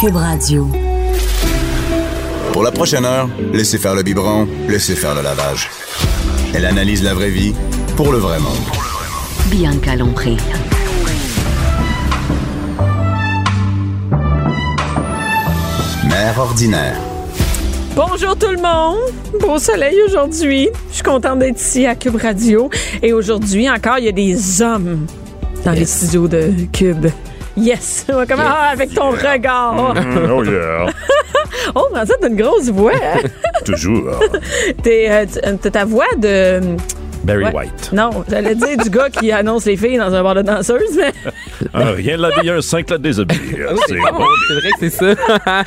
Cube Radio. Pour la prochaine heure, laissez faire le biberon, laissez faire le lavage. Elle analyse la vraie vie pour le vrai monde. Bianca Lompré. Mère ordinaire. Bonjour tout le monde. Beau soleil aujourd'hui. Je suis contente d'être ici à Cube Radio. Et aujourd'hui encore, il y a des hommes dans les studios de Cube. Yes! On va commencer Ah, avec ton regard. Oh yeah, Oh, Francis, t'as une grosse voix. hein? toujours. T'es, euh, tu- euh, T'as ta voix de... Barry Ouais. White. Non, j'allais dire du gars qui annonce les filles dans un bar de danseuse, mais Ah, Un rien de la vie, un cinq la déshabille. Ah C'est bon. C'est vrai que c'est ça.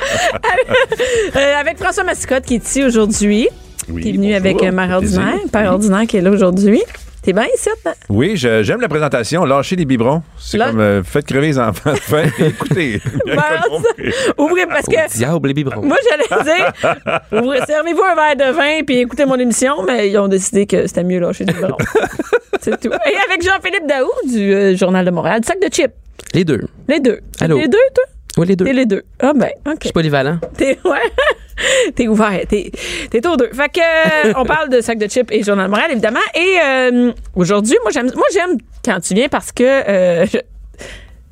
euh, avec François Mascotte qui est ici aujourd'hui. Oui, T'es venu bonjour. avec euh, Mère Ça fait plaisir. Ordinaire, Père Ordinaire qui est là aujourd'hui. T'es bien ici, hein? Oui, je- j'aime la présentation. Lâchez les biberons. C'est Là- Bah, comme euh, faites crever les enfants. Faites- écoutez. Mère Ordinaire. Ouvrez, parce que Diable, les biberons. Moi, j'allais dire, ouvrez- servez-vous un verre de vin puis écoutez mon émission, mais ils ont décidé que c'était mieux lâcher du ballon. C'est tout. Et avec Jean-Philippe Daou du euh, Journal de Montréal, sac de chips. Les deux. Les deux. Allô? Les deux, toi? Oui, les deux. T'es Je les deux. Ah ben, suis OK. polyvalent. T'es, ouais. T'es ouvert. T'es, t'es aux deux. Fait que, euh, on parle de sac de chips et Journal de Montréal, évidemment. Et euh, aujourd'hui, moi, j'aime, moi, j'aime quand tu viens parce que... euh, je-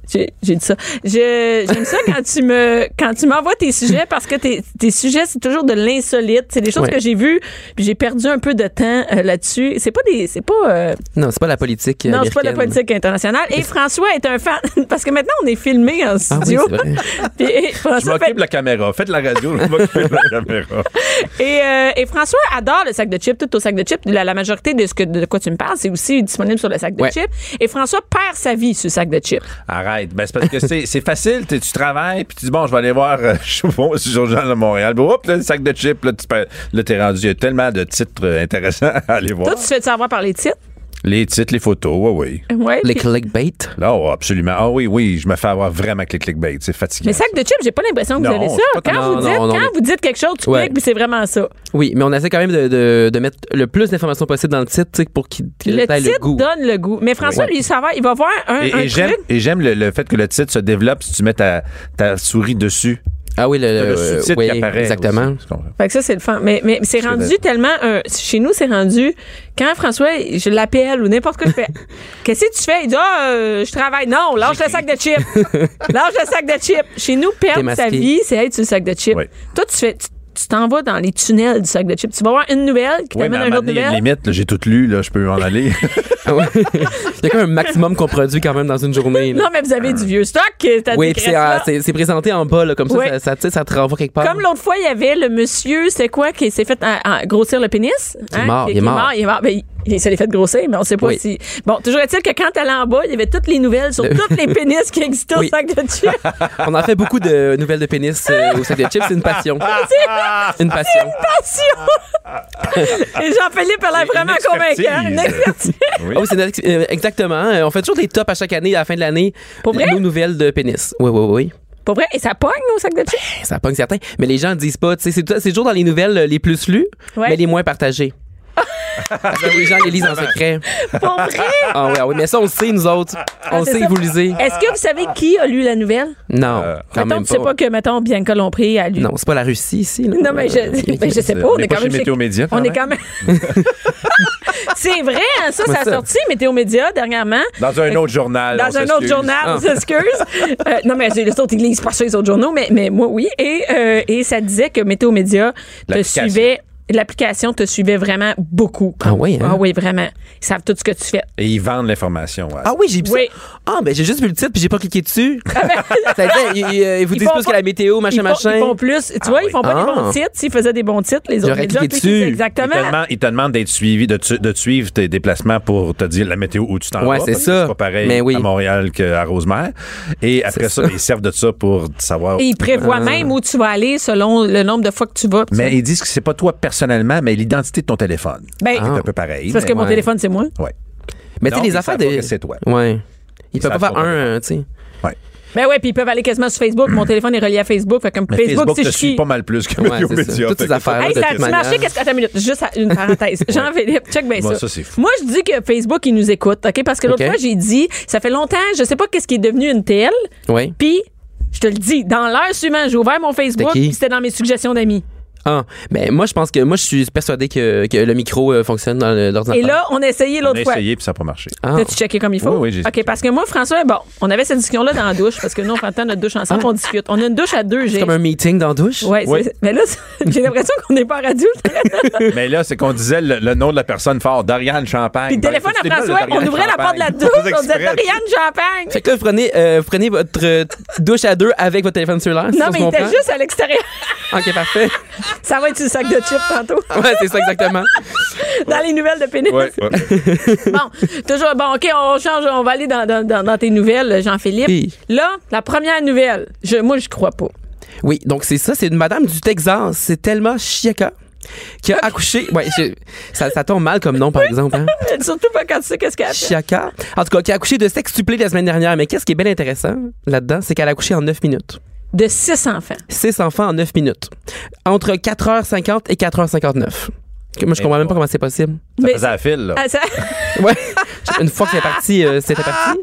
j'ai, j'ai dit ça. Je, j'aime ça quand tu me quand tu m'envoies tes sujets parce que tes, tes sujets c'est toujours de l'insolite, c'est des choses Ouais. que j'ai vues, puis j'ai perdu un peu de temps euh, là-dessus. C'est pas des c'est pas euh, Non, c'est pas la politique. euh, non, c'est américaine. pas de la politique internationale et François est un fan parce que maintenant on est filmé en Ah oui, studio. c'est vrai. Puis, et Je François fait- m'occupe de la caméra. Faites la radio, je m'occupe de la caméra. Et, euh, et François adore le sac de chips, tout au sac de chips. La, la majorité de ce que de quoi tu me parles, c'est aussi disponible sur le sac de Ouais. chips. Et François perd sa vie sur le sac de chips. Arrête. Ben, c'est parce que c'est c'est facile. T'es- Tu travailles, puis tu dis, bon, je vais aller voir euh, Chauvon sur le journal de Montréal. Puis, hop, là, le sac de chips. Là, tu peux- là, t'es rendu. Il y a tellement de titres euh, intéressants à aller voir. Toi, tu te fais savoir par les titres. Les titres, les photos, oui, oui. Ouais, Les puis- clickbait. Là, oh, absolument. Ah oui, oui, je me fais avoir vraiment avec les clickbait. C'est fatigant. Mais sac de chips, j'ai pas l'impression que vous Non, avez ça. c'est pas Quand, tant- vous, dites, non, non, quand mais- vous dites quelque chose, tu Ouais. cliques, puis c'est vraiment ça. Oui, mais on essaie quand même de, de, de mettre le plus d'informations possible dans le titre tu sais, pour qu'il qu'il Le ait titre le goût. donne le goût. Mais François, Ouais. lui, ça va, il va voir un, Et, un et j'aime truc. et j'aime le, le fait que le titre se développe si tu mets ta, ta souris dessus. Ah oui, le, T'as le euh, sous-titre oui, qui apparaît. Exactement. aussi, tu comprends. Fait que ça, c'est le fun. Mais, mais c'est rendu tellement. un- chez nous, c'est rendu. Quand François, je l'appelle ou n'importe quoi, je fais Qu'est-ce que tu fais Il dit Ah, euh, je travaille. Non, lâche le sac de chips. lâche le sac de chips. Chez nous, T'es perdre masqué. sa vie, c'est être sur le sac de chips. Ouais. Toi, tu fais. tu- Tu t'en vas dans les tunnels du sac de chips. Tu vas voir une nouvelle qui Oui, mais t'amène à à un une moment autre donné, il y a une nouvelle. limite. là, J'ai tout lu, là, je peux en aller. Ah ouais. Il y a quand même un maximum qu'on produit quand même dans une journée. là. Non, mais vous avez du vieux stock. t'as oui, des puis c'est, restes là. ah, c'est- c'est présenté en bas, là, comme Oui. ça, ça, ça, tu sais, ça te renvoie quelque part. Comme l'autre fois, il y avait le monsieur, c'est quoi, qui s'est fait euh, euh, grossir le pénis? hein? est mort, Qui- il est qui mort. Il est mort. Ben, il- il se l'est fait grossir, mais on sait pas Oui. si. Bon, toujours est-il que quand t'allais en bas, il y avait toutes les nouvelles sur Le- tous les pénis qui existaient au Oui. sac de chips. On en fait beaucoup de nouvelles de pénis euh, au sac de chips. C'est une passion. Ah, une passion. Passion! Et Jean-Philippe a l'air vraiment expertise. convaincant. Une expertise. Oui. Ah oui, c'est notre- euh, exactement. Euh, On fait toujours des tops à chaque année, à la fin de l'année. Pour vrai? Nos nouvelles de pénis. Oui, oui, oui. Pour vrai, et ça pogne au sac de chips? Eh, Ça pogne certains. Mais les gens disent pas. tu sais, C'est tout- c'est toujours dans les nouvelles euh, les plus lues, Ouais. mais les moins partagées. Parce que les gens les lisent en secret. Pour vrai? Ah oui, ah oui. Mais ça, on le sait, nous autres. On le Ah, c'est sait, ça. vous lisez. Est-ce que vous savez qui a lu la nouvelle? Non, Euh, quand mettons, même tu sais pas pas. que, mettons, Bianca Lompré a lu. Non, c'est pas la Russie ici. là. Non, mais je, Euh, mais je sais pas. On On, n'est est pas quand chez même. Météo Média, quand On est même. quand même. c'est vrai, hein, ça, ça a ça? sorti Météo Média dernièrement. Dans un autre journal. Dans on un autre s'excuse. journal, Ah. on s'excuse. Euh, non, mais les autres, ils lisent pas ça, les autres journaux, mais, mais moi, oui. Et, euh, et ça disait que Météo Média te L'application. suivait, l'application te suivait vraiment beaucoup. Ah oui, hein? Ah oui, vraiment. Ils savent tout ce que tu fais. Et ils vendent l'information. ouais. Ah oui, j'ai vu Oui. Ah, ben, ça. Ah, ben j'ai juste vu le titre puis j'ai pas cliqué dessus. ça veut dire, ils, euh, ils- ils vous Ils disent font plus pas- que la météo, machin, Ils font, machin. ils font plus. Tu vois, ils font pas Ah. des bons titres. S'ils faisaient des bons titres, les autres J'aurais médias, cliqué tu sais, dessus. Ils te Exactement. demandent- Ils te demandent d'être suivi, de, tu- de te suivre tes déplacements pour te dire la météo où tu t'en Ouais, vas. c'est parce que ça. C'est pas pareil Mais oui. à Montréal qu'à Rosemère. Et après ça, ça. ben, ils servent de ça pour savoir. Et ils prévoient même où tu vas aller selon le nombre de fois que tu vas. Ah. Mais ils disent que c'est pas toi personnellement, mais l'identité de ton téléphone. Ben, C'est un peu pareil. c'est parce que mais- mon ouais. téléphone, c'est moi. Ouais. Mais tu sais, Non, les ils affaires savent pas de. que c'est toi. Ouais. Ils peuvent savent pas pas faire que- un, euh, tu sais. Ouais. Ben ouais, puis ils peuvent aller quasiment sur Facebook. Mon téléphone est relié à Facebook. Fait comme Mais Facebook, Facebook c'est te qui? suit pas mal plus que Ouais, Météo c'est ça. Média. Toutes ces Fait que- affaires. Hey, de ça toute a-tu manière. marché? Qu'est-ce que. Attends une minute, juste à- une parenthèse. Jean-Philippe, check bien Bon, ça. ça, c'est fou. Moi, je dis que Facebook, ils nous écoutent, OK? Parce que l'autre OK. fois, j'ai dit, ça fait longtemps, je sais pas qu'est-ce qui est devenu une TL, Ouais. puis Je te le dis, dans l'heure suivante, j'ai ouvert mon Facebook, C'était qui? puis c'était dans mes suggestions d'amis. Ah, mais moi, je pense que moi, je suis persuadé que, que le micro euh, fonctionne dans le- Et l'ordinateur. là, on a essayé Ah. On a l'autre fois. essayé, puis ça n'a pas marché. Ah. T'as-tu checké comme il faut? Hein? Oui, oui, j'ai checké. OK, parce que moi, François, bon, on avait cette discussion-là dans la douche, parce que nous, on prend le temps de notre douche ensemble, on discute. On a une douche à deux, j'ai. comme un meeting dans la douche. Ouais, Oui. c'est- mais là, c'est- j'ai l'impression qu'on n'est pas en radio. Mais là, c'est qu'on disait le, le nom de la personne fort, Darianne Champagne. Puis téléphone Ben, à écoutez, là, François, on Darianne ouvrait la porte de la Champagne. douche, Faites on disait exprès. Doriane Champagne. Fait que là, vous prenez, euh, vous prenez votre euh, douche à deux avec votre téléphone cellulaire. c'est Non, ça mais ce il qu'on était prend? juste à l'extérieur. OK, parfait. Ça va être sur le sac de chips tantôt, Ouais, c'est ça exactement. dans les nouvelles de pénis. Ah, Ouais, ouais. Bon, toujours, bon, OK, on change, on va aller dans, dans- dans- dans tes nouvelles, Jean-Philippe. Oui. Là, la première nouvelle, je, moi, je crois pas. Oui, donc c'est ça, c'est une madame du Texas. C'est tellement chiaca qui a accouché. Ouais, je- ça, ça tombe mal comme nom, par exemple. Hein? Surtout pas quand tu sais qu'est-ce qu'elle fait. Chiaca. En tout cas, qui a accouché de sextuplé la semaine dernière. Mais qu'est-ce qui est bien intéressant là-dedans, c'est qu'elle a accouché en 9 minutes. De six enfants. Six enfants en 9 minutes. Entre 4h50 et 4h59. Que Moi, je comprends même pas comment c'est possible. Ça Mais- faisait la file, là. Ah, ça- Ouais. Une fois que c'est parti, euh, c'était parti.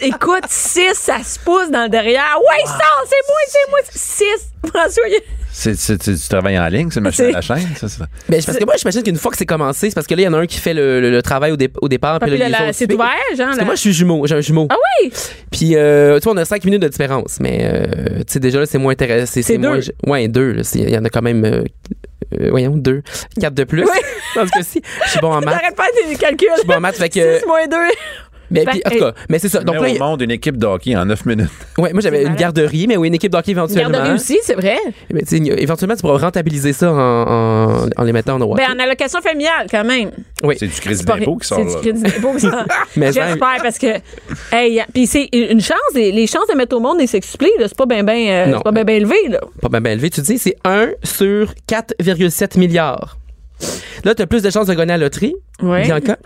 écoute, six, ça se pousse dans le derrière. Ouais, ça, c'est moi, c'est moi. Six, François, il- C'est, c'est- c'est du travail en ligne, c'est le machine à la chaîne, ça, ça. Ben, c'est parce que moi, j'imagine qu'une fois que c'est commencé, c'est parce que là, il y en a un qui fait le, le- le travail au, dé- au départ. Ah, Puis puis là, là, les là, autres c'est suivent. ouvert, genre. Parce là. que moi, je suis jumeau. J'ai un jumeau. Ah oui! Puis, euh, tu vois, on a 5 minutes de différence. Mais, euh, tu sais, déjà, là, c'est moins intéressant. C'est, C'est deux. moins. Ouais, deux. là. C'est- Il y en a quand même. euh, euh, voyons, deux. Quatre de plus. Oui. Parce que si, je suis bon en maths. T'arrêtes pas tes calculs. Je suis bon en maths. Fait que. 6 moins 2. Mais, Ben, puis, en tout hey. cas, mais c'est ça. Donc, Donc, là, il- au monde une équipe de hockey en 9 minutes. ouais, moi, j'avais une malade. garderie, mais oui, une équipe d'hockey éventuellement. Garderie aussi, c'est vrai. Mais, ben, tu sais, il y a- éventuellement, tu pourras rentabiliser ça en, en, en les mettant en droit. Ben, en allocation familiale, quand même. oui. C'est du crédit C'est pas d'impôt ri- qui sort C'est du là. crédit d'impôt qui sort. Mais J'espère parce que. Hey, y- puis c'est une chance, les, les chances de mettre au monde des sexuplés, là, c'est pas bien ben, euh, Non. c'est pas ben, ben élevé, là. pas bien élevé, tu dis, c'est 1 sur 4,7 milliards. Là, tu as plus de chances de gagner à la loterie, Ouais. Bianca.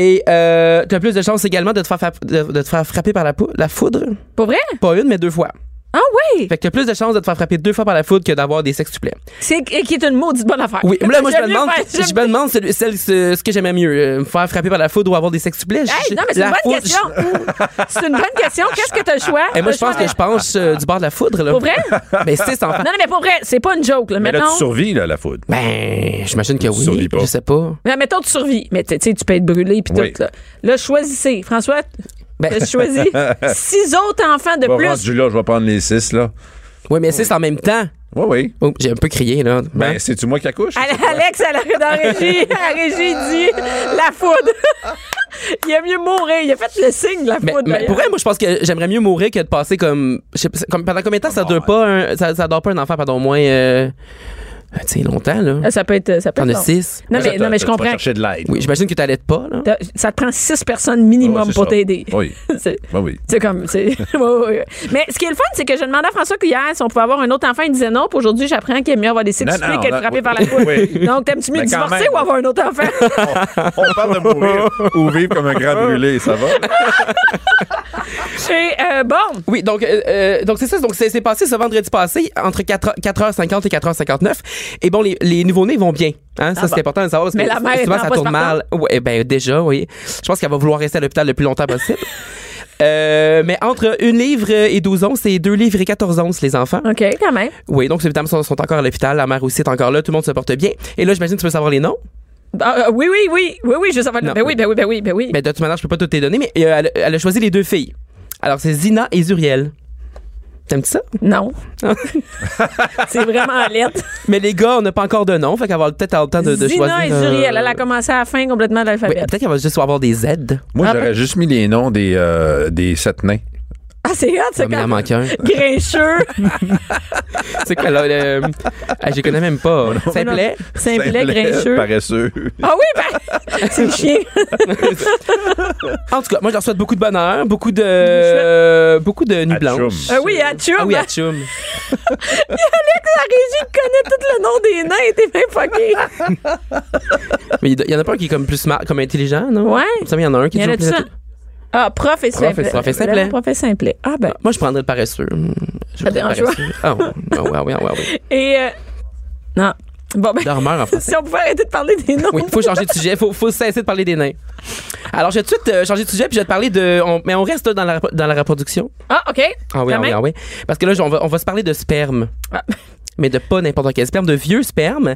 Et euh, tu as plus de chances également de te faire, frapp- de, de te faire frapper par la, pou- la foudre. Pas vrai? Pas une, mais deux fois. Ah oui! Fait que tu as plus de chances de te faire frapper deux fois par la foudre que d'avoir des sextuplets. C'est et qui est une maudite bonne affaire. Oui, mais là, moi, je J'aime me mieux demande, faire- j'aime- je me demande celui- celle- ce, ce que j'aimais mieux, euh, me faire frapper par la foudre ou avoir des sextuplets. Hey, Je- non, mais c'est une la bonne foudre, question. C'est une bonne question. Qu'est-ce que t'as le choix? je- Et Eh, moi, Le je pense choix- que je penche euh, du bord de la foudre. Là. Pour vrai? Ben, six enfants. Non, non, mais pour vrai, c'est pas une joke, là. Mais là, Mettons- tu survis, là, la foudre. Ben, j'imagine que oui. survis pas. Je sais pas. Mais mettons, tu survis. Mais tu sais, tu peux être brûlé puis Oui. tout. Là. là, choisissez. François, Ben- je choisis six autres enfants de Pas plus. rendu là, je vais prendre les 6, là. Oui, mais six en même temps. Oui, oui. Oh, j'ai un peu crié, là. Ben, Hein? c'est-tu moi qui accouche? Al- Alex, à la, dans la régie, la régie dit la foudre. il a mieux mourir. Il a fait le signe de la Mais, foudre. Ben, mais d'ailleurs. pour vrai, moi, je pense que j'aimerais mieux mourir que de passer comme, je sais pas, comme- pendant combien de temps ça dure pas un, ça, ça dort pas un enfant pendant au moins, euh, tu sais, longtemps, là. Ah, Ça peut être. Ça peut T'en être as long. six. Non, mais, Attends, non, mais je tu vas comprends. chercher de l'aide. Oui, j'imagine que t'allaites pas, là. T'as- Ça te prend six personnes Ah Ouais, minimum c'est pour ça. t'aider. Oui. C'est- Ben oui. C'est comme. c'est- ouais, ouais, ouais. Mais ce qui est le fun, c'est que je demandais à François qu'hier, si on pouvait avoir un autre enfant, il disait non. Puis aujourd'hui, j'apprends qu'il aime mieux avoir des Non, sexuplés non, qu'être non, frappé oui. par la foudre. Oui. Donc, t'aimes-tu mieux Mais quand divorcer même. ou avoir un autre enfant? On parle de mourir ou vivre comme un grand brûlé, ça va? Et euh, bon, Oui, donc, euh, euh, donc c'est ça. Donc, c'est c'est passé ce vendredi passé, entre 4, 4h50 et 4h59. Et bon, les, les nouveau-nés vont bien. Hein? Ça, Ah c'est bon. important de savoir parce Mais que la mère est souvent, en ça tourne mal. Ouais, ben, déjà, oui. Je pense qu'elle va vouloir rester à l'hôpital le plus longtemps possible. Euh, mais entre une livre et 12 onces, c'est deux livres et 14 onces, les enfants. OK, quand même. Oui, donc évidemment, ils sont, sont encore à l'hôpital. La mère aussi est encore là. Tout le monde se porte bien. Et là, j'imagine que tu peux savoir les noms. Ah, euh, oui, oui, oui, oui, oui, je savais. Non. Ben oui, ben oui, ben oui, ben oui. Mais de toute manière, je peux pas toutes les donner, mais euh, elle, a- elle a choisi les deux filles. Alors, c'est Zina et Zuriel. T'aimes-tu ça? Non. c'est vraiment lettre. Mais les gars, on n'a pas encore de nom, fait qu'elle va peut-être avoir le temps de, de Zina et choisir. euh, Zuriel, elle a commencé à la fin complètement de oui, l'alphabet. peut-être qu'elle va juste avoir des Z. Moi, Ah, j'aurais juste mis les noms des, euh, des sept nains. ah, c'est hot, Ah, c'est mais il en comme. manque un. Grincheux, C'est quoi, là? le- ah, je les connais même pas. Simplet. simplet, Simplet, grincheux. Paresseux. Ah oui, ben, c'est chiant. En tout cas, moi, je leur souhaite beaucoup de bonheur, beaucoup de. euh, beaucoup de nuits Atchoum. blanches. Ah oui, Atchoum. Ah oui, Atchoum. Alex, la régie connaît tout le nom des nains, t'es bien fucké. Mais il y en a pas un qui est comme plus smart, comme intelligent, non? Ouais. Ça, il y en a un qui Il est y en a toujours de ça. plus intelligent. Ah, prof et Prof et- simplet. prof et simplet. Vraiment, Prof et simplet. Ah ben. Moi, je prendrais le paresseux. Hmm, Je dérange pas. Ah oui, ah oui, ah oui, ah oui. Et. euh, non. Bon, ben, Dormeur en français. si on pouvait arrêter de parler des noms. Oui, faut changer de sujet, faut, faut cesser de parler des nains. Alors, je vais tout de suite euh, changer de sujet, puis je vais te parler de. on- mais on reste dans la, dans la reproduction. Ah, OK. Ah oui, Quand ah oui, même. ah oui. Parce que là, on va, on va se parler de sperme. Ah. Mais de pas n'importe quel sperme, de vieux sperme.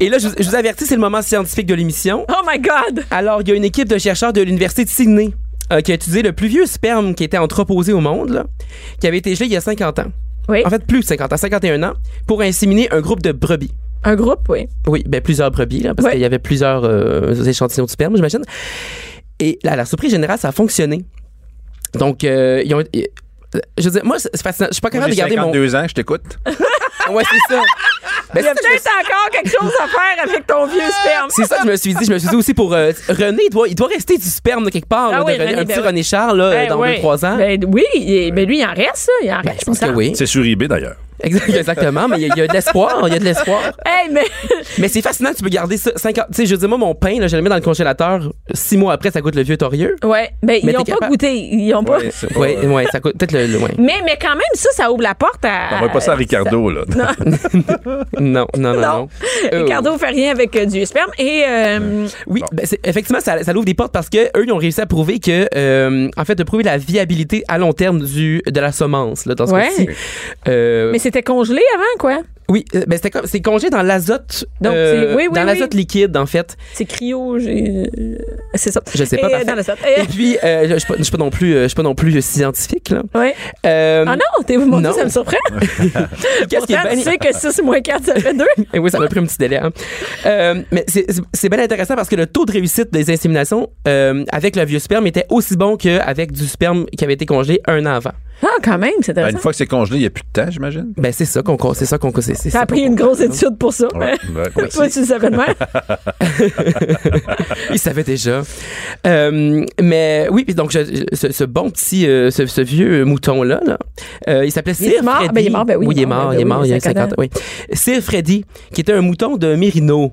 Et là, je, vous- je vous avertis, c'est le moment scientifique de l'émission. Oh my God! Alors, il y a une équipe de chercheurs de l'Université de Sydney euh, qui a étudié le plus vieux sperme qui était entreposé au monde, là, qui avait été gelé il y a 50 ans. Oui. En fait, plus de 50 ans, 51 ans, pour inséminer un groupe de brebis. un groupe, oui. Oui, ben plusieurs brebis, là, parce Ouais. qu'il y avait plusieurs euh, échantillons de sperme, j'imagine. Et là, la surprise générale, ça a fonctionné. Donc, euh, ils ont. ils- je veux dire, moi, c'est fascinant. Je suis pas Moi, capable de J'ai garder 52 ans, je t'écoute. mon. Ouais, c'est ça. Ben, Il y a c'est ça que je me peut-être encore quelque chose à faire avec ton vieux sperme. C'est ça que je me suis dit. Je me suis dit aussi pour euh, René, il doit, il doit rester du sperme de quelque part. Ah là, de oui, René- René, un petit ben oui. René Charles là, Ben dans ouais. 2-3 ans. Ben oui, il- ben lui, il en reste, là. Il en Ben, reste. je pense il que me oui. C'est sur eBay d'ailleurs. Exact- Exactement. Mais il y, a- il y a de l'espoir. Il y a de l'espoir. semble. Hey, mais. Mais c'est fascinant. Tu peux garder ça 50. Tu sais, je dis moi, mon pain, là, je le mets dans le congélateur. Six mois après, ça goûte le vieux torieux. Ouais, ben, Mais ils n'ont t'es pas capable- goûté. Ils ont pas. euh. Ouais, c'est pas- Oui, ouais, ça coûte peut-être le. le- ouais. Mais, mais quand même, ça, ça ouvre la porte à. On va pas Ah, ça à Ricardo, là. Non, non, non, non. Non. Euh, Ricardo fait rien avec euh, du sperme et. euh, Oui, ben, c'est- effectivement, ça, ça l'ouvre des portes parce que eux, ils ont réussi à prouver que, euh, en fait, de prouver la viabilité à long terme du de la semence là, dans ce Ouais. cas-ci. Euh, Mais c'était congelé avant, quoi. oui, euh, ben, c'était comme- c'est congé dans l'azote, Donc, euh, c'est- oui, oui, dans oui. l'azote liquide en fait. C'est cryo. j'ai- euh, C'est ça. Je sais pas, Et, euh, parfait. dans la sorte. Et puis, euh, je je suis pas, je suis pas non plus, euh, je suis pas non plus scientifique là. Ouais. Euh, Ah non, t'es mon Dieu, non. ça me surprend. qu'est-ce qui est Pourtant, bien- tu sais que 6 moins 4, ça fait 2. Et oui, ça m'a pris un petit délai. hein. Euh, mais c'est- c'est- c'est bien intéressant parce que le taux de réussite des inséminations euh, avec le vieux sperme était aussi bon qu'avec du sperme qui avait été congelé un an avant. Ah, quand même, c'est Ben, une intéressant. fois que c'est congelé, il n'y a plus de temps, j'imagine. Ben c'est ça qu'on con- c'est ça qu'on c'est- c'est T'as ça appris qu'on- une grosse étude pour ça. Ouais, ouais, ouais. Toi, tu le savais de même. Il savait déjà. Euh, mais oui, puis donc je- je- ce, ce bon petit euh, ce, ce vieux mouton là, euh, il s'appelait Il est Sir mort? Freddy. Ben, il est mort, ben oui, il est mort, il est ben mort, oui, il y a 50 50 oui. Sir Freddy qui était un mouton de Mérino.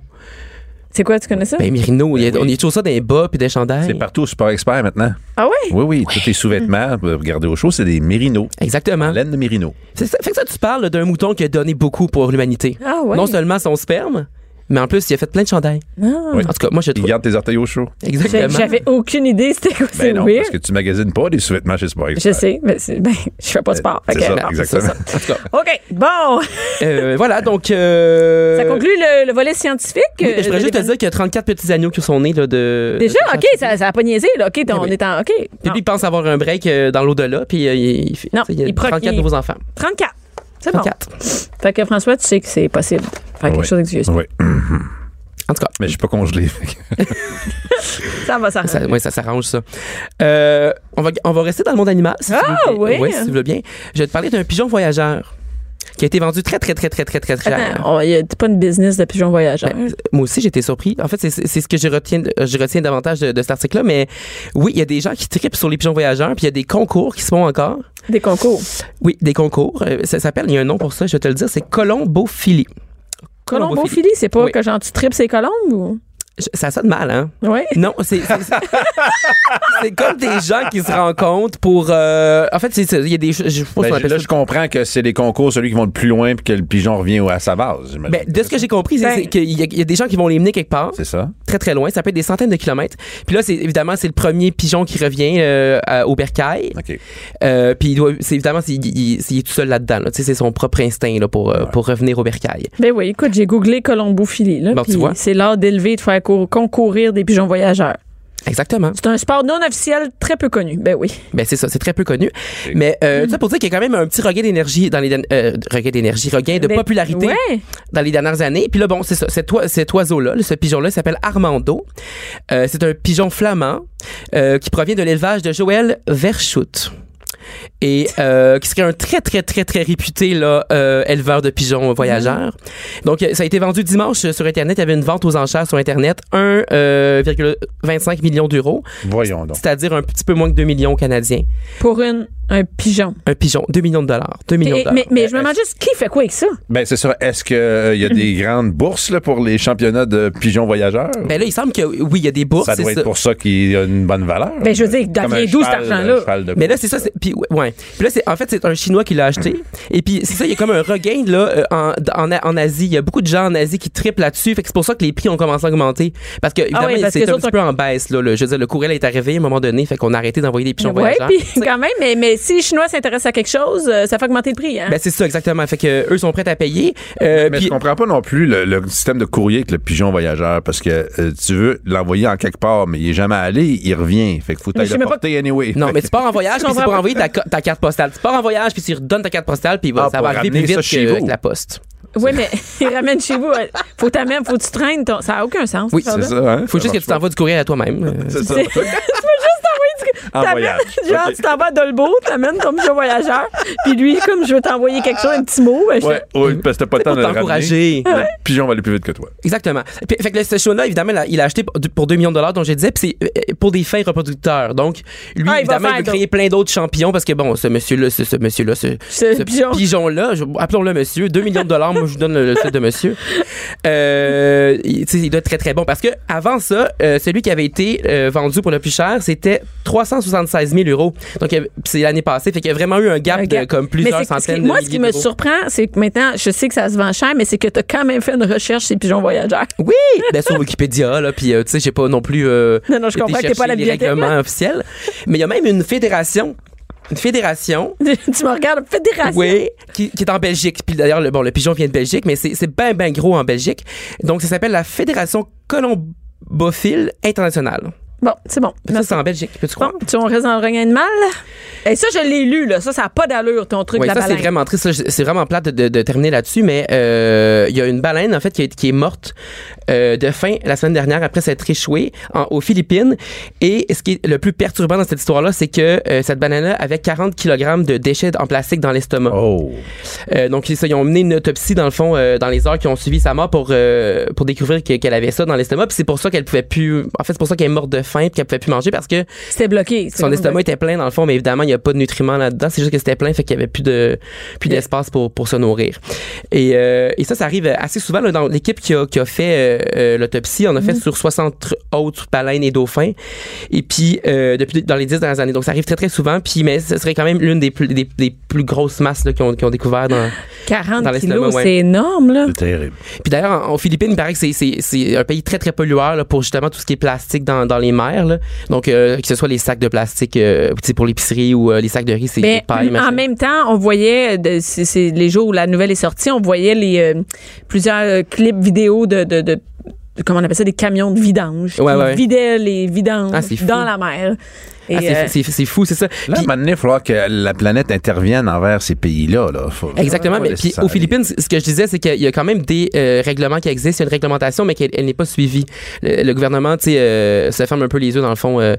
C'est quoi, tu connais ça? Ben Mérino, il y a- oui. on y trouve ça dans les bas puis des chandails. C'est partout au Sport Expert maintenant. Ah ouais? Oui, oui, tous tes sous-vêtements, euh, regardez au chaud, c'est des mérinos. Hein? Exactement. Laine de mérinos. C'est ça, fait que ça, tu parles là, d'un mouton qui a donné beaucoup pour l'humanité. Ah ouais. Non seulement son sperme, mais en plus, il a fait plein de chandails. Ah. Oui. En tout cas, moi, je Ils trouve. gardent tes orteils au chaud. J'ai- Exactement. J'avais aucune idée c'était quoi, c'est Ben non, weird. parce que tu magasines pas des sous-vêtements chez Sport Je Expert. sais, mais c'est- ben, je fais pas de sport. fait C'est que, ça, non, exactement. c'est En tout cas, ça. OK, bon. euh, voilà, donc. euh, ça conclut le, le volet scientifique. Oui, mais je voudrais euh, juste te de- dire qu'il y a 34 petits agneaux qui sont nés là, de. Déjà, de- OK, ça n'a pas niaisé. Là. OK, on Eh oui. est en... OK. Puis non. lui, il pense avoir un break euh, dans l'au-delà, puis euh, il, il fait- Non, tu sais, il y a il proc- 34 il- nouveaux enfants. 34. C'est bon. 34. Fait que François, tu sais que c'est possible. Ah Faire quelque Oui. chose avec du vieux. Oui, En tout cas, mais je suis pas congelé. fait que- Ça va, ça. ça, ouais, ça s'arrange, ça. Euh, on, va, on va rester dans le monde animal. Si Ah, tu veux, bien. oui. Ouais, si tu veux bien. Je vais te parler d'un pigeon voyageur qui a été vendu très, très, très, très, très, très cher. Attends, on- y a pas une business de pigeon voyageur. Ben, moi aussi, j'étais surpris. En fait, c'est- c'est c'est ce que je retiens, de- je retiens davantage de, de cet article-là. Mais oui, il y a des gens qui tripent sur les pigeons voyageurs, puis il y a des concours qui se font encore. Des concours. Oui, des concours. Euh, ça s'appelle, il y a un nom pour ça, je vais te le dire, c'est colombophilie. Colombophilie, c'est pas Oui. que genre tu tripes ses colombes ou. Je- Ça sonne mal, hein? Oui. Non, c'est. c'est- c'est- C'est comme des gens qui se rencontrent pour. euh, en fait, c'est ça, il y a des. Je, je sais pas si on Ben, je- appelle là, ça- je comprends que c'est les concours, celui qui vont le plus loin, puis que le pigeon revient au- à sa base. j'imagine. Ben, de ce que j'ai compris, c'est Ben- c'est qu'il y, a- il y a des gens qui vont les mener quelque part, c'est ça. très très loin. Ça peut être des centaines de kilomètres. Puis là, c'est évidemment, c'est le premier pigeon qui revient euh, à- au bercail. OK. Euh, puis il doit, c'est évidemment, c'est- il, il- il est tout seul là-dedans. là. Tu sais, c'est son propre instinct là, pour, euh, pour revenir au bercail. Ben oui, écoute, j'ai googlé colombophilie. Là, Bon, tu puis vois. c'est l'art d'élever et de faire cour- concourir des pigeons voyageurs. Exactement. C'est un sport non officiel très peu connu. Ben oui. Ben c'est ça, c'est très peu connu. Mais euh, tout ça pour dire qu'il y a quand même un petit regain d'énergie dans les derni- euh, regain d'énergie, regain de Ben, popularité Ouais. dans les dernières années. Puis là bon, c'est ça, cet, oi- cet oiseau-là, ce pigeon-là il s'appelle Armando. Euh, c'est un pigeon flamand euh, qui provient de l'élevage de Joël Verschout. Et euh, qui serait un très, très, très, très réputé là, euh, éleveur de pigeons voyageurs. Mm-hmm. Donc, euh, ça a été vendu dimanche euh, sur Internet. Il y avait une vente aux enchères sur Internet. euh, 1,25 million d'euros, Voyons donc. c'est-à-dire un petit peu moins que 2 millions canadiens. Pour une. Un pigeon. Un pigeon, 2 millions de dollars. 2 millions de Et- dollars. mais mais je me euh, demande juste qui fait quoi avec ça? Ben, c'est ça. Est-ce qu'il y a des grandes bourses là, pour les championnats de pigeons voyageurs? Ben là, il semble que oui, il y a des bourses. ça doit c'est être pour ça qu'il y a une bonne valeur. Ben, je veux dire, il Comme devient un d'où cet cheval, argent-là? un cheval de Mais là, c'est ça. c'est- Puis, ouais, ouais. Puis là, c'est, en fait, c'est un Chinois qui l'a acheté. Et puis, c'est ça, il y a comme un regain, là, euh, en, en, en Asie. Il y a beaucoup de gens en Asie qui triplent là-dessus. Fait que c'est pour ça que les prix ont commencé à augmenter. Parce que, évidemment, oui, Ah parce que c'est les un autres petit peu en baisse, là. le- je veux dire, le courriel est arrivé à un moment donné. Fait qu'on a arrêté d'envoyer des pigeons Oui, hein. voyageurs. puis quand même, mais, mais si les Chinois s'intéressent à quelque chose, euh, ça fait augmenter le prix. Hein? Ben, c'est ça, exactement. Fait que eux sont prêts à payer. Euh, Mais puis- je comprends pas non plus le, le système de courrier avec le pigeon voyageur parce que euh, tu veux l'envoyer en quelque part, mais il est jamais allé, il revient. Fait que faut Mais je t'aller sais le même pas porter anyway. non, Fait mais que- tu pars en voyage, Je puis c'est pour comprends envoyer ta, ca- ta carte postale. Tu pars en voyage, puis tu redonnes ta carte postale, puis voilà, Ah, ça pour va arriver ramener plus vite ça chez que, vous. que la poste. Oui, mais ils ramènent chez vous. euh, Faut ta même, faut que tu traînes. Ton... Ça n'a aucun sens. Oui, cette c'est affaire-là. ça, hein? Faut juste que tu marche t'envoies du courriel à toi-même. Euh, pas. C'est ça. tu peux juste En t'envoyer voyage. du... Genre, Ok. tu t'en vas à Dolbeau, t'amènes ton pigeon voyageur, puis lui, comme je veux t'envoyer quelque chose, un petit mot, ben, je Ouais, ouais, parce que t'as pas le temps pour de le ramener. t'encourager. Le pigeon va aller plus vite que toi. Exactement. Puis, fait que là, ce show-là, évidemment, là, il a acheté pour- pour 2 millions de dollars, dont je disais, puis c'est euh, pour des fins reproducteurs. Donc, lui, Ah, il va évidemment, faire il veut créer plein d'autres champions parce que, bon, ce monsieur-là, ce, ce monsieur-là, ce, Ce pigeon. pigeon-là, je- appelons-le monsieur, 2 millions de dollars, moi, je vous donne le, le titre de monsieur. Euh, il, tu sais, il doit être très, très bon parce que avant ça, euh, celui qui avait été euh, vendu pour le plus cher, c'était 376 000 euros. Donc, il y avait- puis c'est l'année passée. Fait qu'il y a vraiment eu un gap, Un Ah, de gap. comme Mais plusieurs c'est- ce qui- centaines de Moi, ce qui milliers me d'euros. surprend, c'est que maintenant, je sais que ça se vend cher, mais c'est que tu as quand même fait une recherche sur les pigeons voyageurs. Oui, ben sur Wikipédia là, puis euh, tu sais, j'ai pas non plus. euh, Non, non, je été comprends que t'es pas à la chercher les bibliothèque, règlements officiels, mais il y a même une fédération, une fédération. tu me regardes, fédération. Oui, qui, qui est en Belgique. Puis d'ailleurs, le, bon, le pigeon vient de Belgique, mais c'est, c'est ben, ben gros en Belgique. Donc, ça s'appelle la Fédération colombophile internationale. Bon, c'est bon. Ça, c'est en Belgique, peux-tu Bon, croire? tu on reste dans le regain de mal. Et ça, je l'ai lu, là. Ça, ça n'a pas d'allure, ton truc, Ouais, la ça, c'est baleine. vraiment triste. Ça, je- C'est vraiment plate de, de terminer là-dessus, mais euh, il y a une baleine, en fait, qui est, qui est morte euh, de faim la semaine dernière après s'être échouée en- aux Philippines. Et ce qui est le plus perturbant dans cette histoire-là, c'est que euh, cette baleine-là avait 40 kg de déchets en plastique dans l'estomac. Oh. Euh, donc, ils, ils ont mené une autopsie, dans le fond, euh, dans les heures qui ont suivi sa mort pour, euh, pour découvrir que- qu'elle avait ça dans l'estomac. Puis c'est pour ça qu'elle pouvait plus. En fait, c'est pour ça qu'elle est morte de faim puis qu'elle pouvait plus manger parce que C'était bloqué. c'est son comme- estomac était plein dans le fond, mais évidemment, il n'y a pas de nutriments là-dedans. C'est juste que c'était plein, fait qu'il n'y avait plus de plus d'espace pour, pour se nourrir. Et, euh, et ça, ça arrive assez souvent là, dans l'équipe qui a, qui a fait euh, euh, l'autopsie. On a fait sur 60 autres baleines et dauphins. Et puis, euh, depuis dans les 10 dernières années. Donc, ça arrive très, très souvent. Puis, mais ce serait quand même l'une des plus, des, des plus grosses masses là, qu'ils ont, qu'ils ont découvert dans. 40 dans l'estomac, euh, kilos, ouais. c'est énorme, là. C'est terrible. Puis d'ailleurs, en- aux Philippines, il paraît que c'est- c'est c'est un pays très, très pollueur là, pour justement tout ce qui est plastique dans, dans les mers. là. Donc, euh, que ce soit les sacs de plastique euh, tu sais, pour l'épicerie ou euh, les sacs de riz, c'est Mais pareil. Ben, en machin. même temps, on voyait, de- c'est c'est les jours où la nouvelle est sortie, on voyait les euh, plusieurs euh, clips vidéo de, de, de- de- comment on appelle ça, des camions de vidange. Ouais, qui ouais. vidaient les vidanges Ah, c'est fou. dans la mer. Et, Ah, c'est- euh, c'est c'est fou, c'est ça. Là, à un Puis- moment donné, il va falloir que la planète intervienne envers ces pays-là. Là. Faut- Exactement. faut Mais laisser puis ça aux aller. Philippines, c- ce que je disais, c'est qu'il y a quand même des euh, règlements qui existent. Il y a une réglementation, mais qu'elle elle n'est pas suivie. Le, le gouvernement, tu sais, euh, se ferme un peu les yeux dans le fond, euh,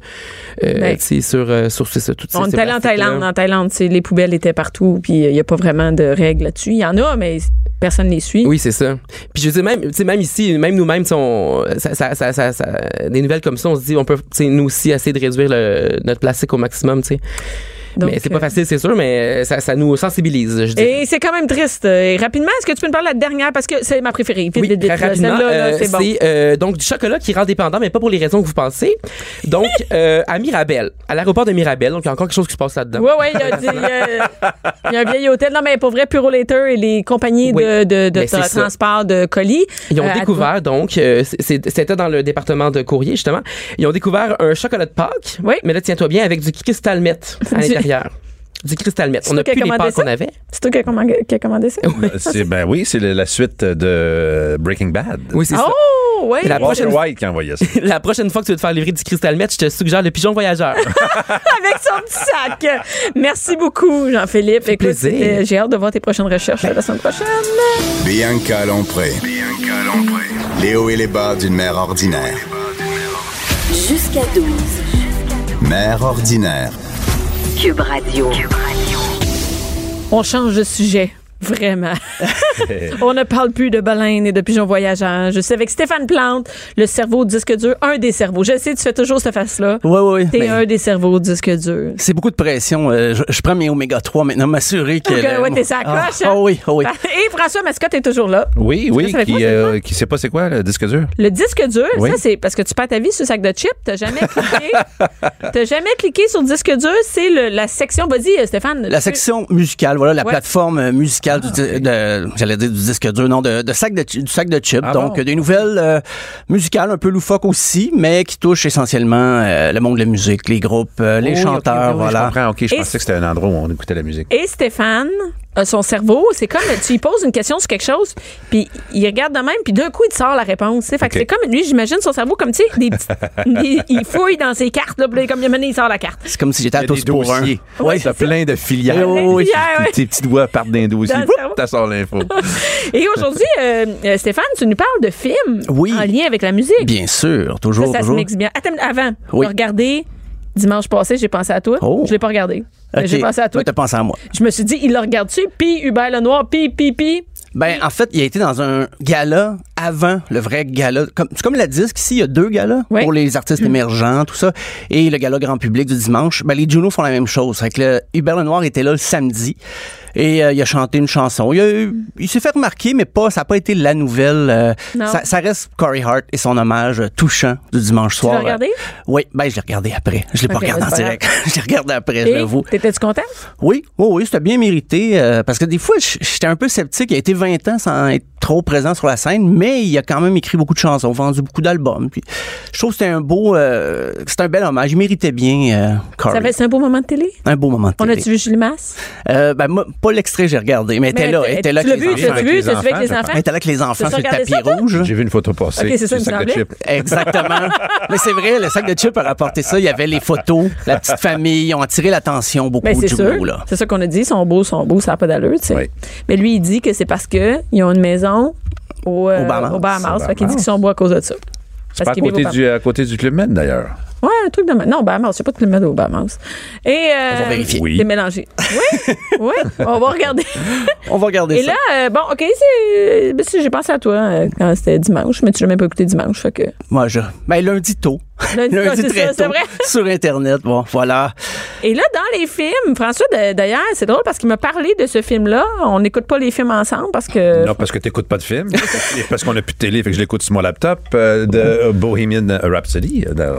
euh, Ben, tu sais, sur euh, sur c'est hein. ça, tout on est allé en Thaïlande. En Thaïlande, c'est- les poubelles étaient partout, puis il n'y a pas vraiment de règles là-dessus. Il y en a, mais personne ne les suit. Oui, c'est ça. Puis je veux dire, même, tu sais, même ici, même nous-mêmes, tu sais, on- ça, ça, ça, ça- ça- des nouvelles comme ça, on se dit, on peut, tu sais, nous aussi, essayer de réduire le- notre plastique au maximum, tu sais. Donc, mais c'est pas euh, facile, c'est sûr, mais euh, ça, ça nous sensibilise, je dis. Et c'est quand même triste. Et rapidement, est-ce que tu peux me parler de la dernière? Parce que c'est ma préférée. Vite, Oui, vite, vite, très là, rapidement, Celle-là, là, euh, c'est bon. c'est euh, donc du chocolat qui rend dépendant, mais pas pour les raisons que vous pensez. Donc, euh, à Mirabel, à l'aéroport de Mirabel, donc il y a encore quelque chose qui se passe là-dedans. Oui, oui, il y a, du- il y a- il y a un vieil hôtel. Non, mais pour vrai, Puro Later et les compagnies Oui. de, de, de Ben, c'est tra- ça. transport de colis. Ils ont euh, à- découvert, donc, euh, c'est- c'est- c'était dans le département de courrier, justement, ils ont découvert un chocolat de Pâques, Oui. mais là, tiens-toi bien, avec du cristal meth à Du- l'intérière. Du cristal meth. C'est On n'a toi qui plus as les commandé Pâques ça? qu'on avait. C'est toi qui as commandé, qui a commandé ça? C'est- Ben oui, c'est la la suite de Breaking Bad. Oui, c'est ça. Oh, oui. La Walter prochaine- White qui envoyait ça. La prochaine fois que tu veux te faire livrer du cristal meth, je te suggère le pigeon voyageur. Avec son petit sac. Merci beaucoup, Jean-Philippe. Écoute, plaisir. c'était- J'ai hâte de voir tes prochaines recherches euh, la semaine prochaine. Bianca Lompré. Les hauts et les bas d'une mère ordinaire. Jusqu'à 12. Mère ordinaire. Cube Radio. On change de sujet. Vraiment. On ne parle plus de baleines et de pigeons voyageurs. Je suis avec Stéphane Plante, le cerveau disque dur, un des cerveaux. Je sais, tu fais toujours cette face-là. Ouais, ouais, Ben, T'es mais un des cerveaux disque dur. C'est beaucoup de pression. Euh, je, je prends mes oméga 3 maintenant, m'assurer que. Ok, le- ouais, t'es sa Ah, hein? coche. hein? ah oui, ah oui. Et François Mascotte est toujours là. Oui, oui, ça fait qui, quoi, euh, qui sait pas c'est quoi le disque dur. Le disque dur, Oui. ça, c'est parce que tu perds ta vie sur le sac de chips. T'as jamais cliqué. T'as jamais cliqué sur le disque dur. C'est le- la section. Vas-y, euh, Stéphane. La section musicale, voilà, la Ouais. plateforme euh, musicale Ah, du, di- de, j'allais dire du disque dur, non, de, de sac de, chi- du sac de chips. Ah Donc, bon? des nouvelles euh, musicales un peu loufoques aussi, mais qui touchent essentiellement euh, le monde de la musique, les groupes, euh, les Oui, ok, chanteurs, oui, oui, Je voilà. comprends, ok, je Et- pensais que c'était un endroit où on écoutait la musique. Et Stéphane, a son cerveau, c'est comme tu lui poses une question sur quelque chose, puis il regarde de même, puis d'un coup, il te sort la réponse. tu sais. Fait que c'est Ok. comme lui, j'imagine son cerveau comme, tu sais, des petites- des- il fouille dans ses cartes, là, puis comme il a mené, il sort la carte. C'est comme si j'étais Il y à a tous des pour un. dossiers. Ouais, T'as plein de filières. Oui, oui, oui. Filières, ouais. Tes petits doigts partent d'un dossier. Dans le Whoop, cerveau. T'as sort l'info. Et aujourd'hui, euh, euh, Stéphane, tu nous parles de films Oui. en lien avec la musique. Bien sûr, Ça, toujours, ça se toujours. mixe bien. Attends, avant, Oui. regardez dimanche passé, j'ai pensé à toi. Oh. Je l'ai pas regardé. Mais Ok. J'ai pensé à toi. Ouais, t'as pensé à moi. Je me suis dit, il le regarde-tu? Puis Hubert Lenoir, puis, puis, puis. Ben, en fait, il a été dans un gala avant le vrai gala. Comme- C'est comme la disque ici, il y a deux galas Oui. pour les Mm. artistes émergents, tout ça. Et le gala grand public du dimanche. Ben, les Juno font la même chose. Fait que le- Hubert Lenoir était là le samedi et euh, il a chanté une chanson. Il, a eu- il s'est fait remarquer, mais pas, ça n'a pas été la nouvelle. euh, Non. ça, ça reste Corey Hart et son hommage euh, touchant du dimanche l'as soir. Euh, regardé? Oui, ben, je l'ai regardé après. Je l'ai pas Ok, regardé ben, en c'est pas direct. je l'ai regardé après, je Et l'avoue. t'étais-tu content? Oui, oui, oui, c'était bien mérité. euh, parce que des fois, j- j'étais un peu sceptique. Il a été 20 ans sans être trop présent sur la scène, mais il a quand même écrit beaucoup de chansons, vendu beaucoup d'albums. Puis, je trouve que c'était un beau, euh, c'était un bel hommage. Il méritait bien, euh, Corey. Ça fait, c'est un beau moment de télé? Un beau moment de On télé. a-tu vu Julie Masse? Euh, ben, moi, pas l'extrait, j'ai regardé, mais elle était là. Elle était là Tu l'as avec vu, les tu l'as enfants. Avec vu, les tu l'as vu avec les enfants. enfants? Elle était là avec les enfants T'as sur le regardé tapis ça, toi? rouge. J'ai vu une photo passer. Ok, c'est ça, du il me sac de semblait. chips. Exactement. Mais c'est vrai, le sac de chips a rapporté ça. Il y avait les photos, la petite famille. Ils ont attiré l'attention beaucoup Ben, c'est du sûr. groupe, là. C'est ça qu'on a dit. Ils sont beaux, ils sont beaux, ça n'a pas d'allure, tu sais. Oui. Mais lui, il dit que c'est parce qu'ils ont une maison au, euh, Au Bahamas. au Bahamas. Au Fait qu'il dit Bahamas. qu'ils sont beaux à cause de ça. C'est pas à qu'il vit côté, au du, à côté du Club Med, d'ailleurs. Ouais, un truc de. Non, Bahamas. C'est pas de Plymouth au Bahamas. Et. Euh, On va vérifier. Oui. Les mélanger. Oui, oui. On va regarder. On va regarder Et ça. là, euh, bon, OK, c'est. ben, si, J'ai pensé à toi euh, quand c'était dimanche, mais tu n'as même pas écouté dimanche. Fait que. Moi, je. Ben, lundi tôt. Lundi, ouais, c'est ça, c'est vrai. Sur Internet. Bon, voilà. Et là, dans les films, François, de- d'ailleurs, c'est drôle parce qu'il m'a parlé de ce film-là. On n'écoute pas les films ensemble parce Euh, que. Non, parce que t'écoutes pas de film. Et parce qu'on a plus de télé, fait que je l'écoute sur mon laptop euh, de euh, Bohemian Rhapsody. euh, dans-